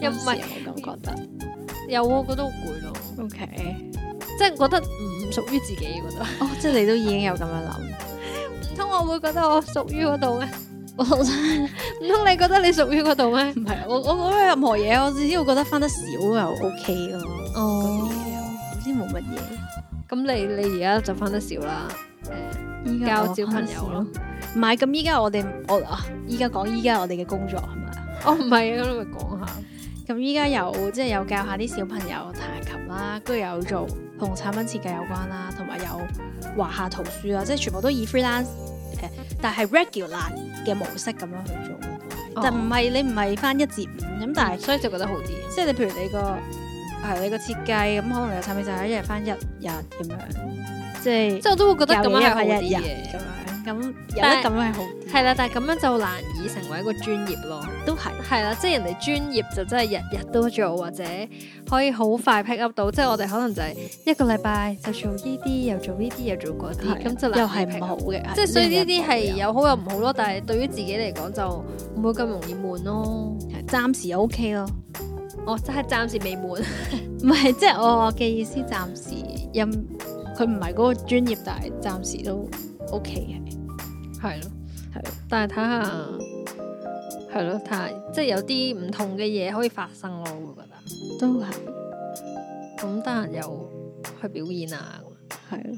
[SPEAKER 1] 又唔係
[SPEAKER 2] 我咁覺得。
[SPEAKER 1] 有我覺得好攰咯。
[SPEAKER 2] O K，
[SPEAKER 1] 即係覺得唔屬於自己，覺得
[SPEAKER 2] 哦，即係你都已經有咁樣諗，
[SPEAKER 1] 唔通我會覺得我屬於嗰度咩？ 我唔通你覺得你屬於嗰度咩？
[SPEAKER 2] 唔係我我覺得任何嘢，我至少覺得翻得少又 O K 咯，
[SPEAKER 1] 哦，
[SPEAKER 2] 好似冇乜嘢。
[SPEAKER 1] 咁你你而家就翻得少啦，
[SPEAKER 2] 依
[SPEAKER 1] 誒，
[SPEAKER 2] 家
[SPEAKER 1] 交
[SPEAKER 2] 我
[SPEAKER 1] 小朋友咯。
[SPEAKER 2] 唔係咁，依家我哋我啊，依家講依家我哋嘅工作係咪啊？
[SPEAKER 1] 哦，唔係啊，咁你咪講下。
[SPEAKER 2] 咁依家有即係有教下啲小朋友彈琴啦，跟住有做同產品設計有關啦，同埋有畫下圖書啦，即係全部都以 freelance 誒、但係 regular 嘅模式咁樣去做，
[SPEAKER 1] 哦嗯
[SPEAKER 2] 但唔係你唔係翻一至五咁，但係
[SPEAKER 1] 所以就覺得好啲。
[SPEAKER 2] 即係你譬如你個係你個設計咁，可能你個產品就係一日翻一日咁樣，即係
[SPEAKER 1] 即係我都會覺得咁樣係好
[SPEAKER 2] 有嘢
[SPEAKER 1] 啲
[SPEAKER 2] 一日
[SPEAKER 1] 嘅。
[SPEAKER 2] 咁樣，咁有
[SPEAKER 1] 但
[SPEAKER 2] 得咁樣係好啲，
[SPEAKER 1] 係啦，但係咁樣就難以成為一個專業咯。
[SPEAKER 2] 都係
[SPEAKER 1] 係啦，即係人哋專業就真係日日都做，或者可以好快 pick up 到。即係我哋可能就係一個禮拜就做呢啲，又做呢啲，又做嗰啲，咁就難以
[SPEAKER 2] 又係
[SPEAKER 1] pick
[SPEAKER 2] 唔
[SPEAKER 1] up
[SPEAKER 2] 好嘅，
[SPEAKER 1] 即係所以呢啲係
[SPEAKER 2] 有。
[SPEAKER 1] 有好有唔好咯，但係對於自己嚟講就唔會咁容易悶咯。
[SPEAKER 2] 暫時 O K 咯，
[SPEAKER 1] 我真係暫時未悶，
[SPEAKER 2] 唔係即係我嘅意思，暫時任佢唔係嗰個專業，但係暫時都 O K 嘅。
[SPEAKER 1] 係咯，係咯，但係睇下係咯，睇下即係有啲唔同嘅嘢可以發生咯，我會覺得
[SPEAKER 2] 都係
[SPEAKER 1] 咁得閒又去表演啊，
[SPEAKER 2] 係咯，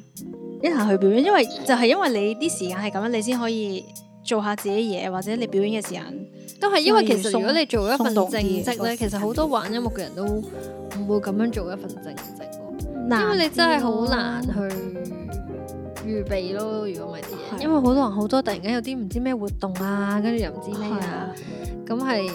[SPEAKER 2] 一下去表演，因為就係因為你啲時間係咁樣，你先可以做下自己嘢，或者你表演嘅時間
[SPEAKER 1] 都係因為其實如果你做一份
[SPEAKER 2] 鬆動啲
[SPEAKER 1] 正職咧，
[SPEAKER 2] 個
[SPEAKER 1] 其實好多玩音樂嘅人都唔會咁樣做一份正職咯。
[SPEAKER 2] 難
[SPEAKER 1] 因
[SPEAKER 2] 啲咯，
[SPEAKER 1] 為你真係好難去預備咯，如果唔係啲嘢，
[SPEAKER 2] 係
[SPEAKER 1] 因為好多人好多突然間有啲唔知咩活動啊，跟住又唔知咩
[SPEAKER 2] 係
[SPEAKER 1] 啊
[SPEAKER 2] 啊，，
[SPEAKER 1] 咁係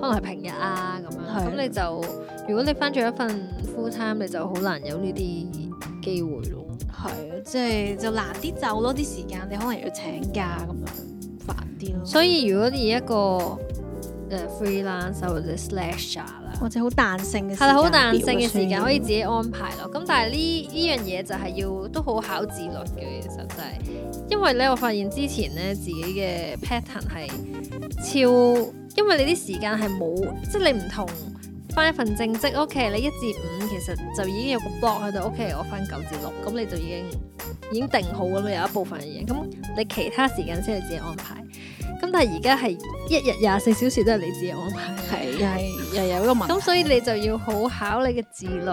[SPEAKER 1] 可能係平日啊咁樣，
[SPEAKER 2] 係
[SPEAKER 1] 咁你就如果你翻咗一份 full time，你就好難有呢啲機會咯。
[SPEAKER 2] 係啊即係就難啲就咯，啲時間你可能要請假咁樣煩啲咯，
[SPEAKER 1] 所以如果以一個誒 freelancer 或者 slasher 啦。
[SPEAKER 2] 或者好彈性嘅
[SPEAKER 1] 係啦，好彈
[SPEAKER 2] 表
[SPEAKER 1] 性嘅時間
[SPEAKER 2] 算
[SPEAKER 1] 可以自己安排咯。咁但係呢呢樣嘢就係要都好考自律嘅，其實就係、因為咧，我發現之前咧自己嘅 pattern 係超，因為你啲時間係冇，即係你唔同翻一份正職，OK，你一至五其實就已經有個 block 喺度，OK，我翻九至六，咁你就已經已經定好咁樣有一部分嘅嘢，咁你其他時間先係自己安排。咁但係而家係一日廿四小時都係你自己安排。
[SPEAKER 2] 係又係又有一個問題，
[SPEAKER 1] 咁所以你就要好考你嘅自律，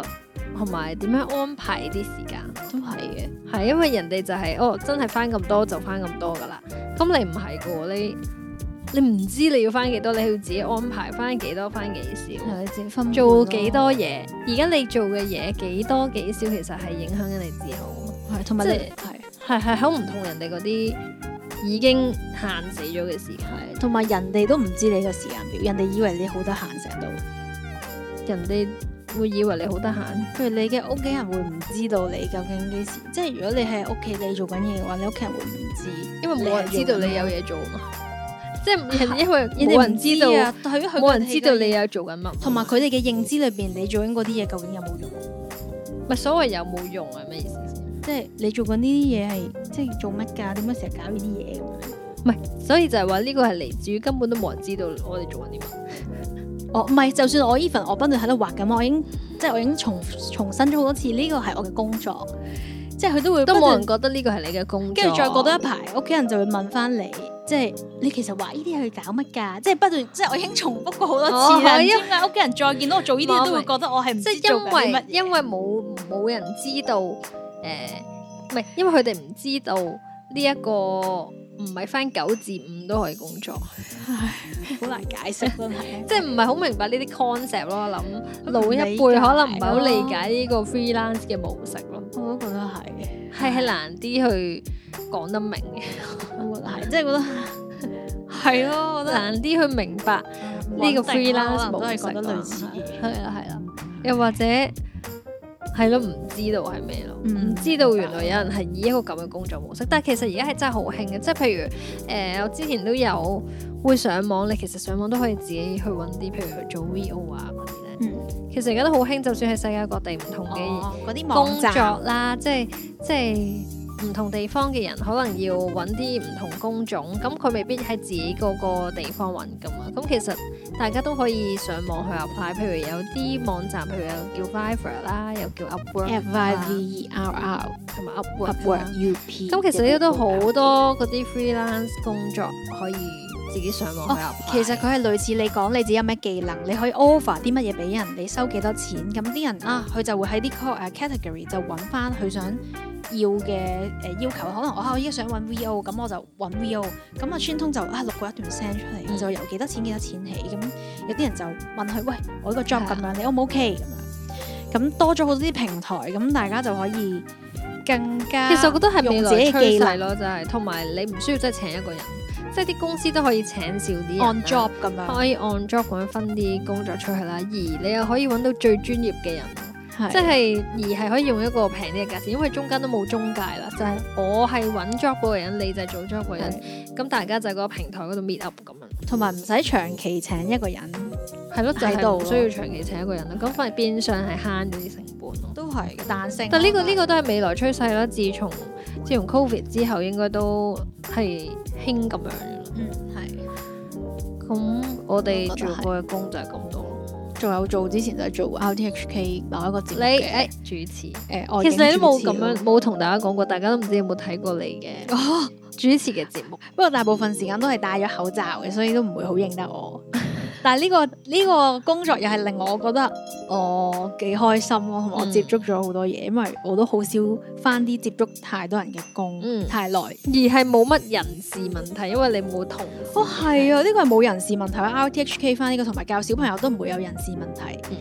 [SPEAKER 1] 同埋點樣安排啲時間。
[SPEAKER 2] 都係嘅。
[SPEAKER 1] 係因為人哋就係、哦，真係翻咁多就翻咁多噶啦。咁你唔係噶喎，你你唔知你要翻幾多，你要自己安排翻幾多，翻幾少，
[SPEAKER 2] 係自己分配
[SPEAKER 1] 做
[SPEAKER 2] 咯
[SPEAKER 1] 幾多嘢。而家你做嘅嘢幾多幾少，其實係影響緊你自己好。
[SPEAKER 2] 係，同埋你
[SPEAKER 1] 即係係
[SPEAKER 2] 係
[SPEAKER 1] 係好唔同人哋嗰啲已經限死咗嘅時間。
[SPEAKER 2] 同埋人哋都唔知你個時間表，人哋以為你好得閒成日都，
[SPEAKER 1] 人哋會以為你好得閒。
[SPEAKER 2] 譬如你嘅屋企人會唔知道你究竟幾時，即係如果你喺屋企你做緊嘢嘅話，你屋企人會唔知，
[SPEAKER 1] 因為冇人知道你有嘢做嘛，即 係人因為
[SPEAKER 2] 人
[SPEAKER 1] 冇
[SPEAKER 2] 哋
[SPEAKER 1] 人
[SPEAKER 2] 唔
[SPEAKER 1] 知
[SPEAKER 2] 知
[SPEAKER 1] 道，
[SPEAKER 2] 啊，但係佢
[SPEAKER 1] 冇人知道你，有做緊乜，
[SPEAKER 2] 同埋佢哋嘅認知裏邊，你做緊嗰啲嘢究竟有冇用？
[SPEAKER 1] 咪所謂有冇用係咩意思先？
[SPEAKER 2] 即係你做緊呢啲嘢係即係做乜㗎？點解成日搞呢啲嘢咁樣？
[SPEAKER 1] 唔係，所以就係話呢個係嚟自於根本都冇人知道我哋做緊啲乜。
[SPEAKER 2] 我哦唔係，就算我 even 我不斷喺度畫緊，我已經即係我已經重重申咗好多次，呢個係我嘅工作，即係佢都會
[SPEAKER 1] 都
[SPEAKER 2] 不
[SPEAKER 1] 冇
[SPEAKER 2] 斷
[SPEAKER 1] 人覺得呢個係你嘅工作，
[SPEAKER 2] 跟住再過多一排，屋企人就會問翻你，即係你其實畫呢啲係去搞乜㗎？即係不斷，即係我已經重複過好多次
[SPEAKER 1] 哦
[SPEAKER 2] 啦。
[SPEAKER 1] 係
[SPEAKER 2] 因為屋企人再見到我做呢啲，都
[SPEAKER 1] 我
[SPEAKER 2] 會
[SPEAKER 1] 明
[SPEAKER 2] 覺得我係唔
[SPEAKER 1] 即係
[SPEAKER 2] 知做
[SPEAKER 1] 因
[SPEAKER 2] 緊啲
[SPEAKER 1] 為
[SPEAKER 2] 乜嘢。
[SPEAKER 1] 因為冇冇人知道誒，唔係因為佢哋唔知道呢一個唔係翻九至五都可以工作，
[SPEAKER 2] 好難解釋 真係。
[SPEAKER 1] 即係唔係好明白呢啲 concept 咯。我諗老一輩
[SPEAKER 2] 唔理解
[SPEAKER 1] 可能唔係好理解呢個 freelance 嘅模式咯。
[SPEAKER 2] 我都覺得係嘅，
[SPEAKER 1] 係係難啲去講得明嘅，
[SPEAKER 2] 我覺得係，即係覺得係咯，我覺得
[SPEAKER 1] 難啲去明白呢個 freelance
[SPEAKER 2] 都
[SPEAKER 1] 模
[SPEAKER 2] 係
[SPEAKER 1] 式
[SPEAKER 2] 覺得類似
[SPEAKER 1] 啦
[SPEAKER 2] 嘢。
[SPEAKER 1] 係啦
[SPEAKER 2] 啊
[SPEAKER 1] 係啦，又或者係咯，唔知道係咩咯，唔、
[SPEAKER 2] 嗯
[SPEAKER 1] 知道原來有人係以一個咁嘅工作模式，但係其實而家係真係好興嘅，即係譬如誒、呃我之前都有會上網，你其實上網都可以自己去揾啲，譬如去做 VO 啊嗰啲咧。
[SPEAKER 2] 嗯
[SPEAKER 1] 其實而家都好興，就算係世界各地唔同嘅
[SPEAKER 2] 哦，嗰啲
[SPEAKER 1] 工
[SPEAKER 2] 網站
[SPEAKER 1] 作啦，即係即係唔同地方嘅人可能要揾啲唔同工種，咁佢未必喺自己嗰個地方揾噶嘛。咁其實大家都可以上網去 apply，譬如有啲網站，譬如有叫 Fiverr 啦，又叫 Upwork
[SPEAKER 2] F I V E R R
[SPEAKER 1] 同埋 Upwork 啦
[SPEAKER 2] Upwork。U P。
[SPEAKER 1] 咁其實呢都好多嗰啲 freelance 工作可以自己上網去 apply。
[SPEAKER 2] 哦其實佢係類似你講你自己有咩技能，你可以 offer 啲乜嘢俾人，你收幾多錢，咁啲人啊，佢就會喺啲 co- 誒 category 就揾翻佢想要嘅誒、呃要求，可能我啊我依家想揾 VO，咁我就揾 VO，咁啊川通就啊錄過一段聲出嚟，
[SPEAKER 1] 嗯
[SPEAKER 2] 就由幾多錢幾多錢起，咁有啲人就問佢喂我呢個 job
[SPEAKER 1] 係啊
[SPEAKER 2] 咁樣你 O 唔 OK 咁樣，咁多咗好多啲平台，咁大家就可以更加
[SPEAKER 1] 其實我覺得係未
[SPEAKER 2] 用
[SPEAKER 1] 來
[SPEAKER 2] 自己嘅
[SPEAKER 1] 趨
[SPEAKER 2] 技能
[SPEAKER 1] 勢咯，就係同埋你唔需要真係請一個人，即係啲公司都可以請少啲人啦
[SPEAKER 2] on job 咁樣，
[SPEAKER 1] 可以按 job 咁樣分啲工作出去啦，而你又可以揾到最專業嘅人，即
[SPEAKER 2] 係
[SPEAKER 1] 係而係可以用一個平啲嘅價錢，因為中間都冇中介啦，就係、我係揾 job 嗰個人，你就係做 job 嗰個人，咁大家就喺個平台嗰度 meet up 咁樣，
[SPEAKER 2] 同埋唔使長期請一個人。
[SPEAKER 1] 係咯，就
[SPEAKER 2] 喺
[SPEAKER 1] 係
[SPEAKER 2] 度
[SPEAKER 1] 唔
[SPEAKER 2] 咯
[SPEAKER 1] 需要長期請一個人啦，咁反而變相係慳咗啲成本咯。
[SPEAKER 2] 都係嘅彈性。
[SPEAKER 1] 但呢、個呢、個都係未來趨勢啦，自從自從 Covid 之後，應該都係興咁樣嘅啦。
[SPEAKER 2] 嗯係，
[SPEAKER 1] 咁我哋
[SPEAKER 3] 我覺
[SPEAKER 1] 做
[SPEAKER 3] 得係
[SPEAKER 1] 過嘅工就係咁多咯。
[SPEAKER 3] 仲有做之前就係做 RTHK 某一個節
[SPEAKER 1] 你
[SPEAKER 3] 目
[SPEAKER 1] 誒、
[SPEAKER 3] 嘅
[SPEAKER 1] 主持。
[SPEAKER 3] 誒外
[SPEAKER 1] 其
[SPEAKER 3] 景
[SPEAKER 1] 實你都冇
[SPEAKER 3] 主持
[SPEAKER 1] 咁樣
[SPEAKER 3] 咯
[SPEAKER 1] 冇同大家講過，大家都唔知有冇睇過你嘅
[SPEAKER 3] 哦
[SPEAKER 1] 主持嘅節目。
[SPEAKER 3] 不過大部分時間都係戴咗口罩嘅，所以都唔會好認得我。
[SPEAKER 2] 但係呢、個呢、個工作又係令我覺得我幾開心咯，同埋我
[SPEAKER 1] 嗯
[SPEAKER 2] 接觸咗好多嘢，因為我都好少翻啲接觸太多人嘅工，
[SPEAKER 1] 嗯
[SPEAKER 2] 太耐。
[SPEAKER 1] 而係冇乜人事問題，因為你冇同事
[SPEAKER 2] 哦，係啊，呢個係冇人事問題啦，RTHK 翻呢個同埋教小朋友都唔會有人事問題，
[SPEAKER 1] 嗯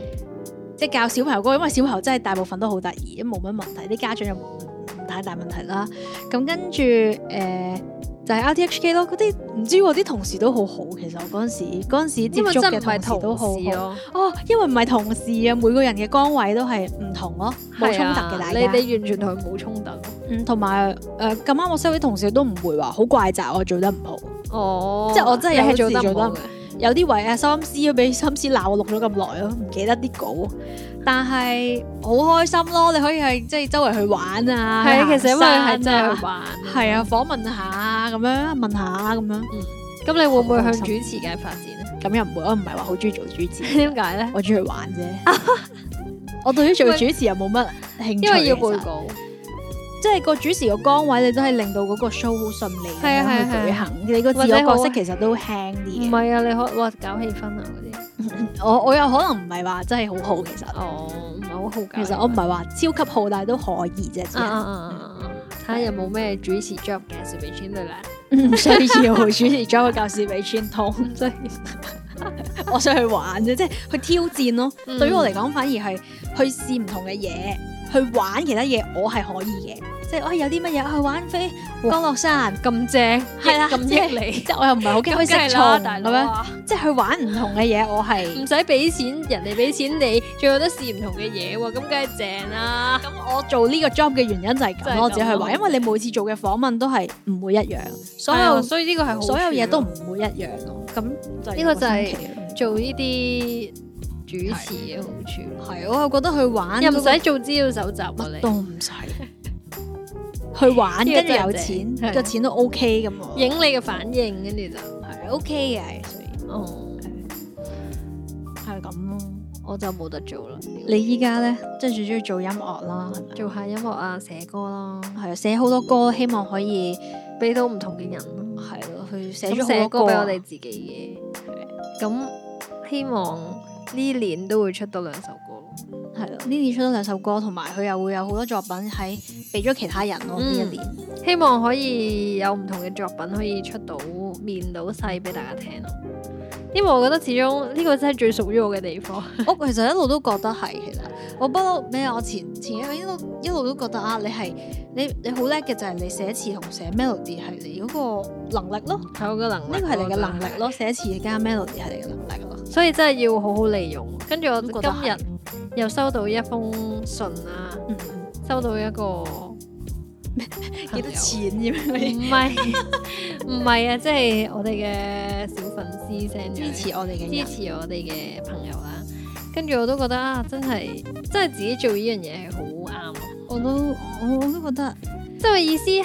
[SPEAKER 2] 即係教小朋友嗰個，因為小朋友真係大部分都好得意，冇乜問題，啲家長又唔唔太大問題啦。咁跟住誒、呃就係 RTHK 咯，嗰啲唔知喎，啲同事都好好，其實我嗰陣時嗰陣時接
[SPEAKER 1] 因為
[SPEAKER 2] 觸
[SPEAKER 1] 真
[SPEAKER 2] 嘅
[SPEAKER 1] 唔係
[SPEAKER 2] 同事都好
[SPEAKER 1] 同事
[SPEAKER 2] 好。
[SPEAKER 1] 咯，
[SPEAKER 2] 哦，因為唔係同事啊，每個人嘅崗位都係唔同咯，冇衝突
[SPEAKER 1] 係
[SPEAKER 2] 嘅
[SPEAKER 1] 啊
[SPEAKER 2] 大
[SPEAKER 1] 你
[SPEAKER 2] 家。
[SPEAKER 1] 哋完全同佢冇衝突。
[SPEAKER 2] 嗯，同埋誒咁啱我收啲同事都唔會話好怪責我做得唔好。
[SPEAKER 1] 哦，
[SPEAKER 2] 即係我真係有
[SPEAKER 1] 你係做得
[SPEAKER 2] 時
[SPEAKER 1] 唔
[SPEAKER 2] 做得
[SPEAKER 1] 好
[SPEAKER 2] 唔
[SPEAKER 1] 嘅。
[SPEAKER 2] 有啲位啊，心思都俾心思鬧我錄咗咁耐咯，唔記得啲稿，但係好開心咯，你可以係即係周圍去玩啊，
[SPEAKER 1] 係啊，其實因為係
[SPEAKER 2] 行
[SPEAKER 1] 真
[SPEAKER 2] 山啊
[SPEAKER 1] 係去玩。
[SPEAKER 2] 係啊，訪問下咁樣問下咁樣，
[SPEAKER 1] 咁你會唔會向
[SPEAKER 2] 好
[SPEAKER 1] 主
[SPEAKER 2] 開心
[SPEAKER 1] 持界發展咧？
[SPEAKER 2] 咁又唔會，我唔係話好中意做主持，
[SPEAKER 1] 點解咧？
[SPEAKER 2] 我中意玩啫。 我對於做主持又冇乜興趣，
[SPEAKER 1] 因為要
[SPEAKER 2] 其實
[SPEAKER 1] 背稿。
[SPEAKER 2] 即係個主持個崗位，你都係令到嗰個 show 好順利
[SPEAKER 1] 係啊係
[SPEAKER 2] 咁
[SPEAKER 1] 啊
[SPEAKER 2] 樣
[SPEAKER 1] 係啊
[SPEAKER 2] 去舉行。你個自我角色其實都輕
[SPEAKER 1] 唔
[SPEAKER 2] 啲嘅。
[SPEAKER 1] 係啊，你可哇搞氣氛啊嗰啲。
[SPEAKER 2] 我我又可能唔係話真係好好，其實
[SPEAKER 1] 哦，唔係好好搞。
[SPEAKER 2] 其實我唔係話超級好，但係都可以啫。只
[SPEAKER 1] 啊啊
[SPEAKER 2] 係
[SPEAKER 1] 啊啊啊！睇下有冇咩主持 job 介紹俾村女啦。
[SPEAKER 2] 唔 嗯需要主持咗個教士俾穿通，即係我想去玩啫，即係去挑戰咯。
[SPEAKER 1] 嗯
[SPEAKER 2] 對於我嚟講，反而係去試唔同嘅嘢，去玩其他嘢，我係可以嘅。即係我有啲乜嘢啊？去玩飛降落傘，
[SPEAKER 1] 咁正，
[SPEAKER 2] 係啦
[SPEAKER 1] 咁
[SPEAKER 2] 即係
[SPEAKER 1] 益 你，
[SPEAKER 2] 即係我又唔係好驚去食
[SPEAKER 1] 係
[SPEAKER 2] 蟲
[SPEAKER 1] 啦，大
[SPEAKER 2] 咁
[SPEAKER 1] 佬嗯
[SPEAKER 2] 樣，
[SPEAKER 1] 啊，
[SPEAKER 2] 即係去玩唔同嘅嘢，我係。
[SPEAKER 1] 唔使俾錢，人哋俾錢你，仲有得試唔同嘅嘢喎，咁梗係正啦。
[SPEAKER 2] 咁我做呢個 job 嘅原因就係
[SPEAKER 1] 就係咁
[SPEAKER 2] 咁咯，我自己去
[SPEAKER 1] 咯
[SPEAKER 2] 玩，因為你每次做嘅訪問都係唔會一樣，所
[SPEAKER 1] 係啊
[SPEAKER 2] 有
[SPEAKER 1] 所以呢個係好
[SPEAKER 2] 所有嘢都
[SPEAKER 1] 處
[SPEAKER 2] 唔會一樣咯。咁
[SPEAKER 1] 呢
[SPEAKER 2] 呢
[SPEAKER 1] 個
[SPEAKER 2] 個
[SPEAKER 1] 就
[SPEAKER 2] 就
[SPEAKER 1] 係
[SPEAKER 2] 係
[SPEAKER 1] 咯做呢啲主持嘅好處咯，
[SPEAKER 2] 係我又覺得去玩
[SPEAKER 1] 又唔
[SPEAKER 2] 嗰個
[SPEAKER 1] 使做資料搜集喎
[SPEAKER 2] 都
[SPEAKER 1] 你。
[SPEAKER 2] 唔 使去玩，
[SPEAKER 1] 呢個
[SPEAKER 2] 跟住
[SPEAKER 1] 真係
[SPEAKER 2] 有
[SPEAKER 1] 正
[SPEAKER 2] 錢
[SPEAKER 1] 係啊
[SPEAKER 2] 個錢都 OK 咁喎，
[SPEAKER 1] 影你嘅反應，跟住就
[SPEAKER 2] 係 OK 嘅，所以
[SPEAKER 1] 哦，
[SPEAKER 2] 係咁咯。
[SPEAKER 1] 我就冇得做啦。
[SPEAKER 2] 你依家咧，即係最中意做音樂啦，係咪
[SPEAKER 1] 做下音樂啊，寫歌啦，
[SPEAKER 2] 係啊，寫好多歌，希望可以
[SPEAKER 1] 俾到唔同嘅人咯。
[SPEAKER 2] 係咯，去寫咗
[SPEAKER 1] 咁
[SPEAKER 2] 好多
[SPEAKER 1] 寫
[SPEAKER 2] 歌
[SPEAKER 1] 歌俾
[SPEAKER 2] 啊
[SPEAKER 1] 我哋自己嘅。咁希望呢年都會出到兩首歌咯。
[SPEAKER 2] 係咯，呢年出咗兩首歌，同埋佢又會有好多作品喺俾咗其他人咯。呢一
[SPEAKER 1] 嗯
[SPEAKER 2] 年
[SPEAKER 1] 希望可以有唔同嘅作品可以出到面到世俾大家聽咯。因為我覺得始終呢個真係最屬於我嘅地方。
[SPEAKER 2] 我其實一路都覺得係，其實我不嬲咩，啊我前前一個一路一路都覺得啊，你係你你好叻嘅就係你寫詞同寫 melody 係你嗰個能力咯，
[SPEAKER 1] 係我嘅能力，
[SPEAKER 2] 呢個係你嘅能力
[SPEAKER 1] 咯。
[SPEAKER 2] 咯，寫詞加 melody 係你嘅能力咯。
[SPEAKER 1] 所以真係要好好利用。跟住我
[SPEAKER 2] 咁覺得
[SPEAKER 1] 今日又收到一封信啦，
[SPEAKER 2] 嗯
[SPEAKER 1] 收到一個嗯
[SPEAKER 2] 幾多
[SPEAKER 1] 啊
[SPEAKER 2] 錢咁樣嗰
[SPEAKER 1] 朋友？
[SPEAKER 2] 啲
[SPEAKER 1] 唔係唔係啊，即係我哋嘅小粉絲 send 咗
[SPEAKER 2] 支持我哋嘅
[SPEAKER 1] 支
[SPEAKER 2] 人，
[SPEAKER 1] 持我哋嘅朋友啦。跟住我都覺得啊，真係真係自己做呢樣嘢係好啱。
[SPEAKER 2] 我都我我都覺得
[SPEAKER 1] 即係我意思係誒、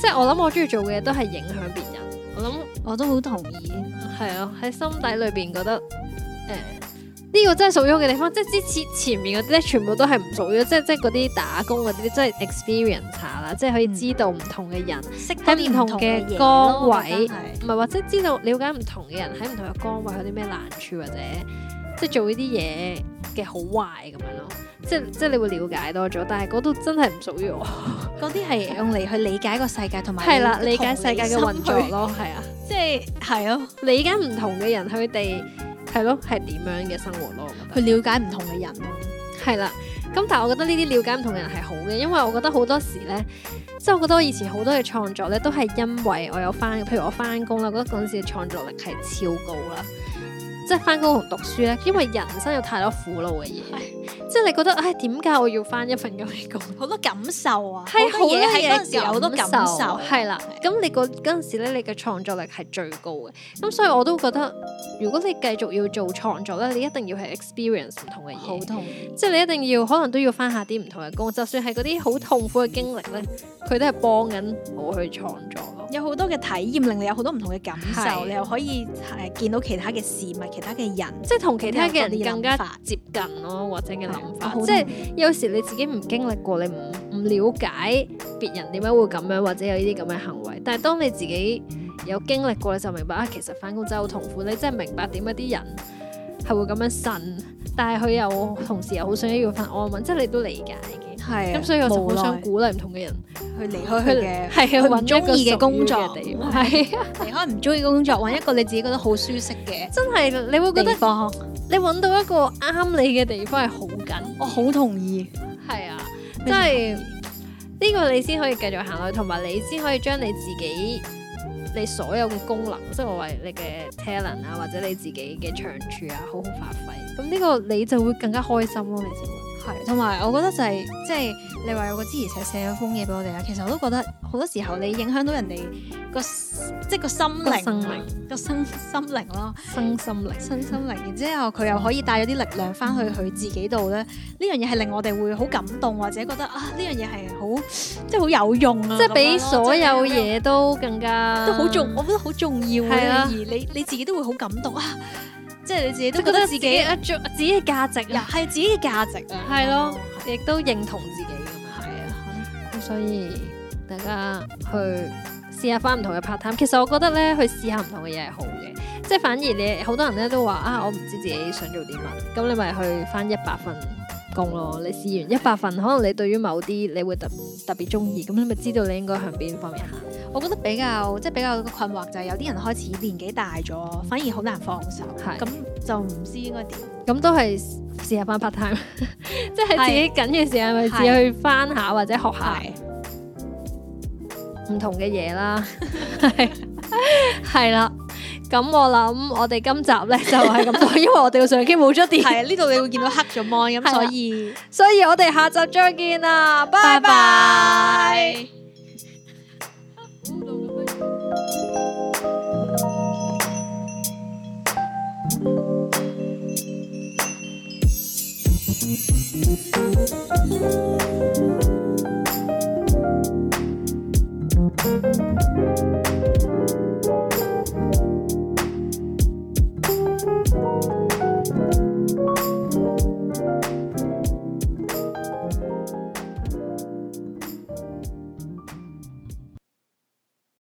[SPEAKER 1] 即係我諗我中意做嘅嘢都係影響別人。我諗
[SPEAKER 2] 我都好同意。
[SPEAKER 1] 係啊，喺心底裏邊覺得誒。呢個真係屬於我嘅地方，即係之前前面嗰啲咧，全部都係唔屬於，即係即係嗰啲打工嗰啲，即係 experience 下啦，即係可以知道唔同嘅人，
[SPEAKER 2] 識
[SPEAKER 1] 喺唔同嘅崗位
[SPEAKER 2] 係
[SPEAKER 1] 唔係或者知道了解唔同嘅人喺唔同嘅崗位有啲咩難處，或者即係做呢啲嘢嘅好壞咁樣咯，即係即係你會了解多咗，但係嗰度真係唔屬於我。
[SPEAKER 2] 嗰啲係用嚟去理解個世界同埋
[SPEAKER 1] 係啦，
[SPEAKER 2] 同
[SPEAKER 1] 理解世界嘅
[SPEAKER 2] 心
[SPEAKER 1] 運作
[SPEAKER 2] 去，
[SPEAKER 1] 咯，係啊，
[SPEAKER 2] 即係係咯，
[SPEAKER 1] 理解唔同嘅人佢哋係咯係點樣嘅生活咯，我覺
[SPEAKER 3] 去了解唔同嘅人咯。
[SPEAKER 1] 得係啦。咁但係我覺得呢啲了解唔同嘅人係好嘅，因為我覺得好多時咧，即係我覺得我以前好多嘅創作咧，都係因為我有翻，譬如我翻工啦，我覺得嗰陣時嘅創作力係超高啦。即係翻工同讀書咧，因為人生有太多苦惱嘅嘢，即係你覺得，唉，點解我要翻一份咁嘅工？
[SPEAKER 2] 好多感受啊，
[SPEAKER 1] 係
[SPEAKER 2] 好多嘢喺嗰
[SPEAKER 1] 嗰
[SPEAKER 2] 陣時有好多感啊受，
[SPEAKER 1] 係啦。啊咁你嗰嗰陣時咧，你嘅創作力係最高嘅。咁所以我都覺得，如果你繼續要做創作咧，你一定要係 experience 唔同嘅
[SPEAKER 2] 好
[SPEAKER 1] 嘢，
[SPEAKER 2] 痛。
[SPEAKER 1] 即係你一定要可能都要翻下啲唔同嘅工，就算係嗰啲好痛苦嘅經歷咧，佢都係幫緊我去創作咯。
[SPEAKER 2] 有好多嘅體驗令你有好多唔同嘅感受，
[SPEAKER 1] 係
[SPEAKER 2] 你又可以誒見到其他嘅事物、其他嘅人，
[SPEAKER 1] 即係同其他嘅
[SPEAKER 2] 有多
[SPEAKER 1] 人
[SPEAKER 2] 啲諗
[SPEAKER 1] 更加
[SPEAKER 2] 法
[SPEAKER 1] 接近咯，或者嘅諗
[SPEAKER 2] 係我啊
[SPEAKER 1] 法，
[SPEAKER 2] 好
[SPEAKER 1] 即係有時你自己唔經歷過，你唔唔了解別人點解會咁樣，或者有呢啲咁嘅行為。但係當你自己有經歷過，你就明白啊，其實翻工真係好痛苦。你真係明白點解啲人係會咁樣呻，但係佢又同時又好想要份安穩，即係你都理解嘅。
[SPEAKER 2] 係啊
[SPEAKER 1] 咁所以我就好想
[SPEAKER 2] 去
[SPEAKER 1] 鼓勵唔同嘅人
[SPEAKER 2] 離開佢嘅，
[SPEAKER 1] 係
[SPEAKER 2] 佢唔
[SPEAKER 1] 啊，
[SPEAKER 2] 中意嘅工作
[SPEAKER 1] 係啊
[SPEAKER 2] 離開唔中意嘅工作，揾一個你自己覺得好舒適嘅
[SPEAKER 1] 真係你會覺
[SPEAKER 2] 地
[SPEAKER 1] 得
[SPEAKER 2] 方。
[SPEAKER 1] 你揾到一個啱你嘅地方係好緊。
[SPEAKER 2] 我好同意，
[SPEAKER 1] 係啊，即係呢個你先可以繼續行落去，同埋你先可以將你自己你所有嘅功能，即係我話你嘅 talent 啊，或者你自己嘅長處啊，好好發揮。咁呢個你就會更加開心咯，你就會
[SPEAKER 2] 係同埋我覺得就係、即係你話有個支持者寫咗封嘢俾我哋啦，其實我都覺得好多時候你影響到人哋個即係個心靈、啊
[SPEAKER 1] 生命、
[SPEAKER 2] 個心心靈咯。
[SPEAKER 1] 生心力。
[SPEAKER 2] 身心靈，然之後佢又可以帶咗啲力量翻去佢自己度咧，呢樣嘢係令我哋會好感動，或者覺得啊呢樣嘢係好即係好有用啊，
[SPEAKER 1] 即係比
[SPEAKER 2] 咁樣咯
[SPEAKER 1] 所有
[SPEAKER 2] 即係
[SPEAKER 1] 嘢都更加
[SPEAKER 2] 都好重，我覺得好重要啊！
[SPEAKER 1] 係啊
[SPEAKER 2] 而你你自己都會好感動啊，即係你自己
[SPEAKER 1] 即
[SPEAKER 2] 都
[SPEAKER 1] 係覺
[SPEAKER 2] 覺
[SPEAKER 1] 得
[SPEAKER 2] 得
[SPEAKER 1] 自
[SPEAKER 2] 自
[SPEAKER 1] 己
[SPEAKER 2] 己
[SPEAKER 1] 一做自己嘅價值
[SPEAKER 2] 又
[SPEAKER 1] 啊，
[SPEAKER 2] 係自己嘅價值啊，
[SPEAKER 1] 係咯，亦都認同自己咁樣。係啊。
[SPEAKER 2] 係
[SPEAKER 1] 咁所以大家去試下翻唔同嘅 part time，其實我覺得咧去試下唔同嘅嘢係好嘅，即係反而你好多人咧都話啊，我唔知自己想做啲乜，咁你咪去翻一百份工咯。你試完一百份，可能你對於某啲你會特特別中意，咁你咪知道你應該向邊方面行。
[SPEAKER 2] 啊我覺得比較即係比較困惑就係有啲人開始年紀大咗，反而好難放手，
[SPEAKER 1] 係
[SPEAKER 2] 咁就唔知應該點。
[SPEAKER 1] 咁都係試下翻 part time，即 係喺自己緊嘅時間咪
[SPEAKER 2] 係
[SPEAKER 1] 自己去翻下或者學下
[SPEAKER 2] 係
[SPEAKER 1] 唔同嘅嘢啦。 係係啦，咁我諗我哋今集咧就係咁 多，因為我哋個相機冇咗電。
[SPEAKER 2] 係呢度你會見到黑咗 mon
[SPEAKER 1] 係
[SPEAKER 2] 咁，
[SPEAKER 1] 啊
[SPEAKER 2] 所以
[SPEAKER 1] 所以我哋下集再見啦，拜
[SPEAKER 2] 拜
[SPEAKER 1] 拜。
[SPEAKER 2] 拜。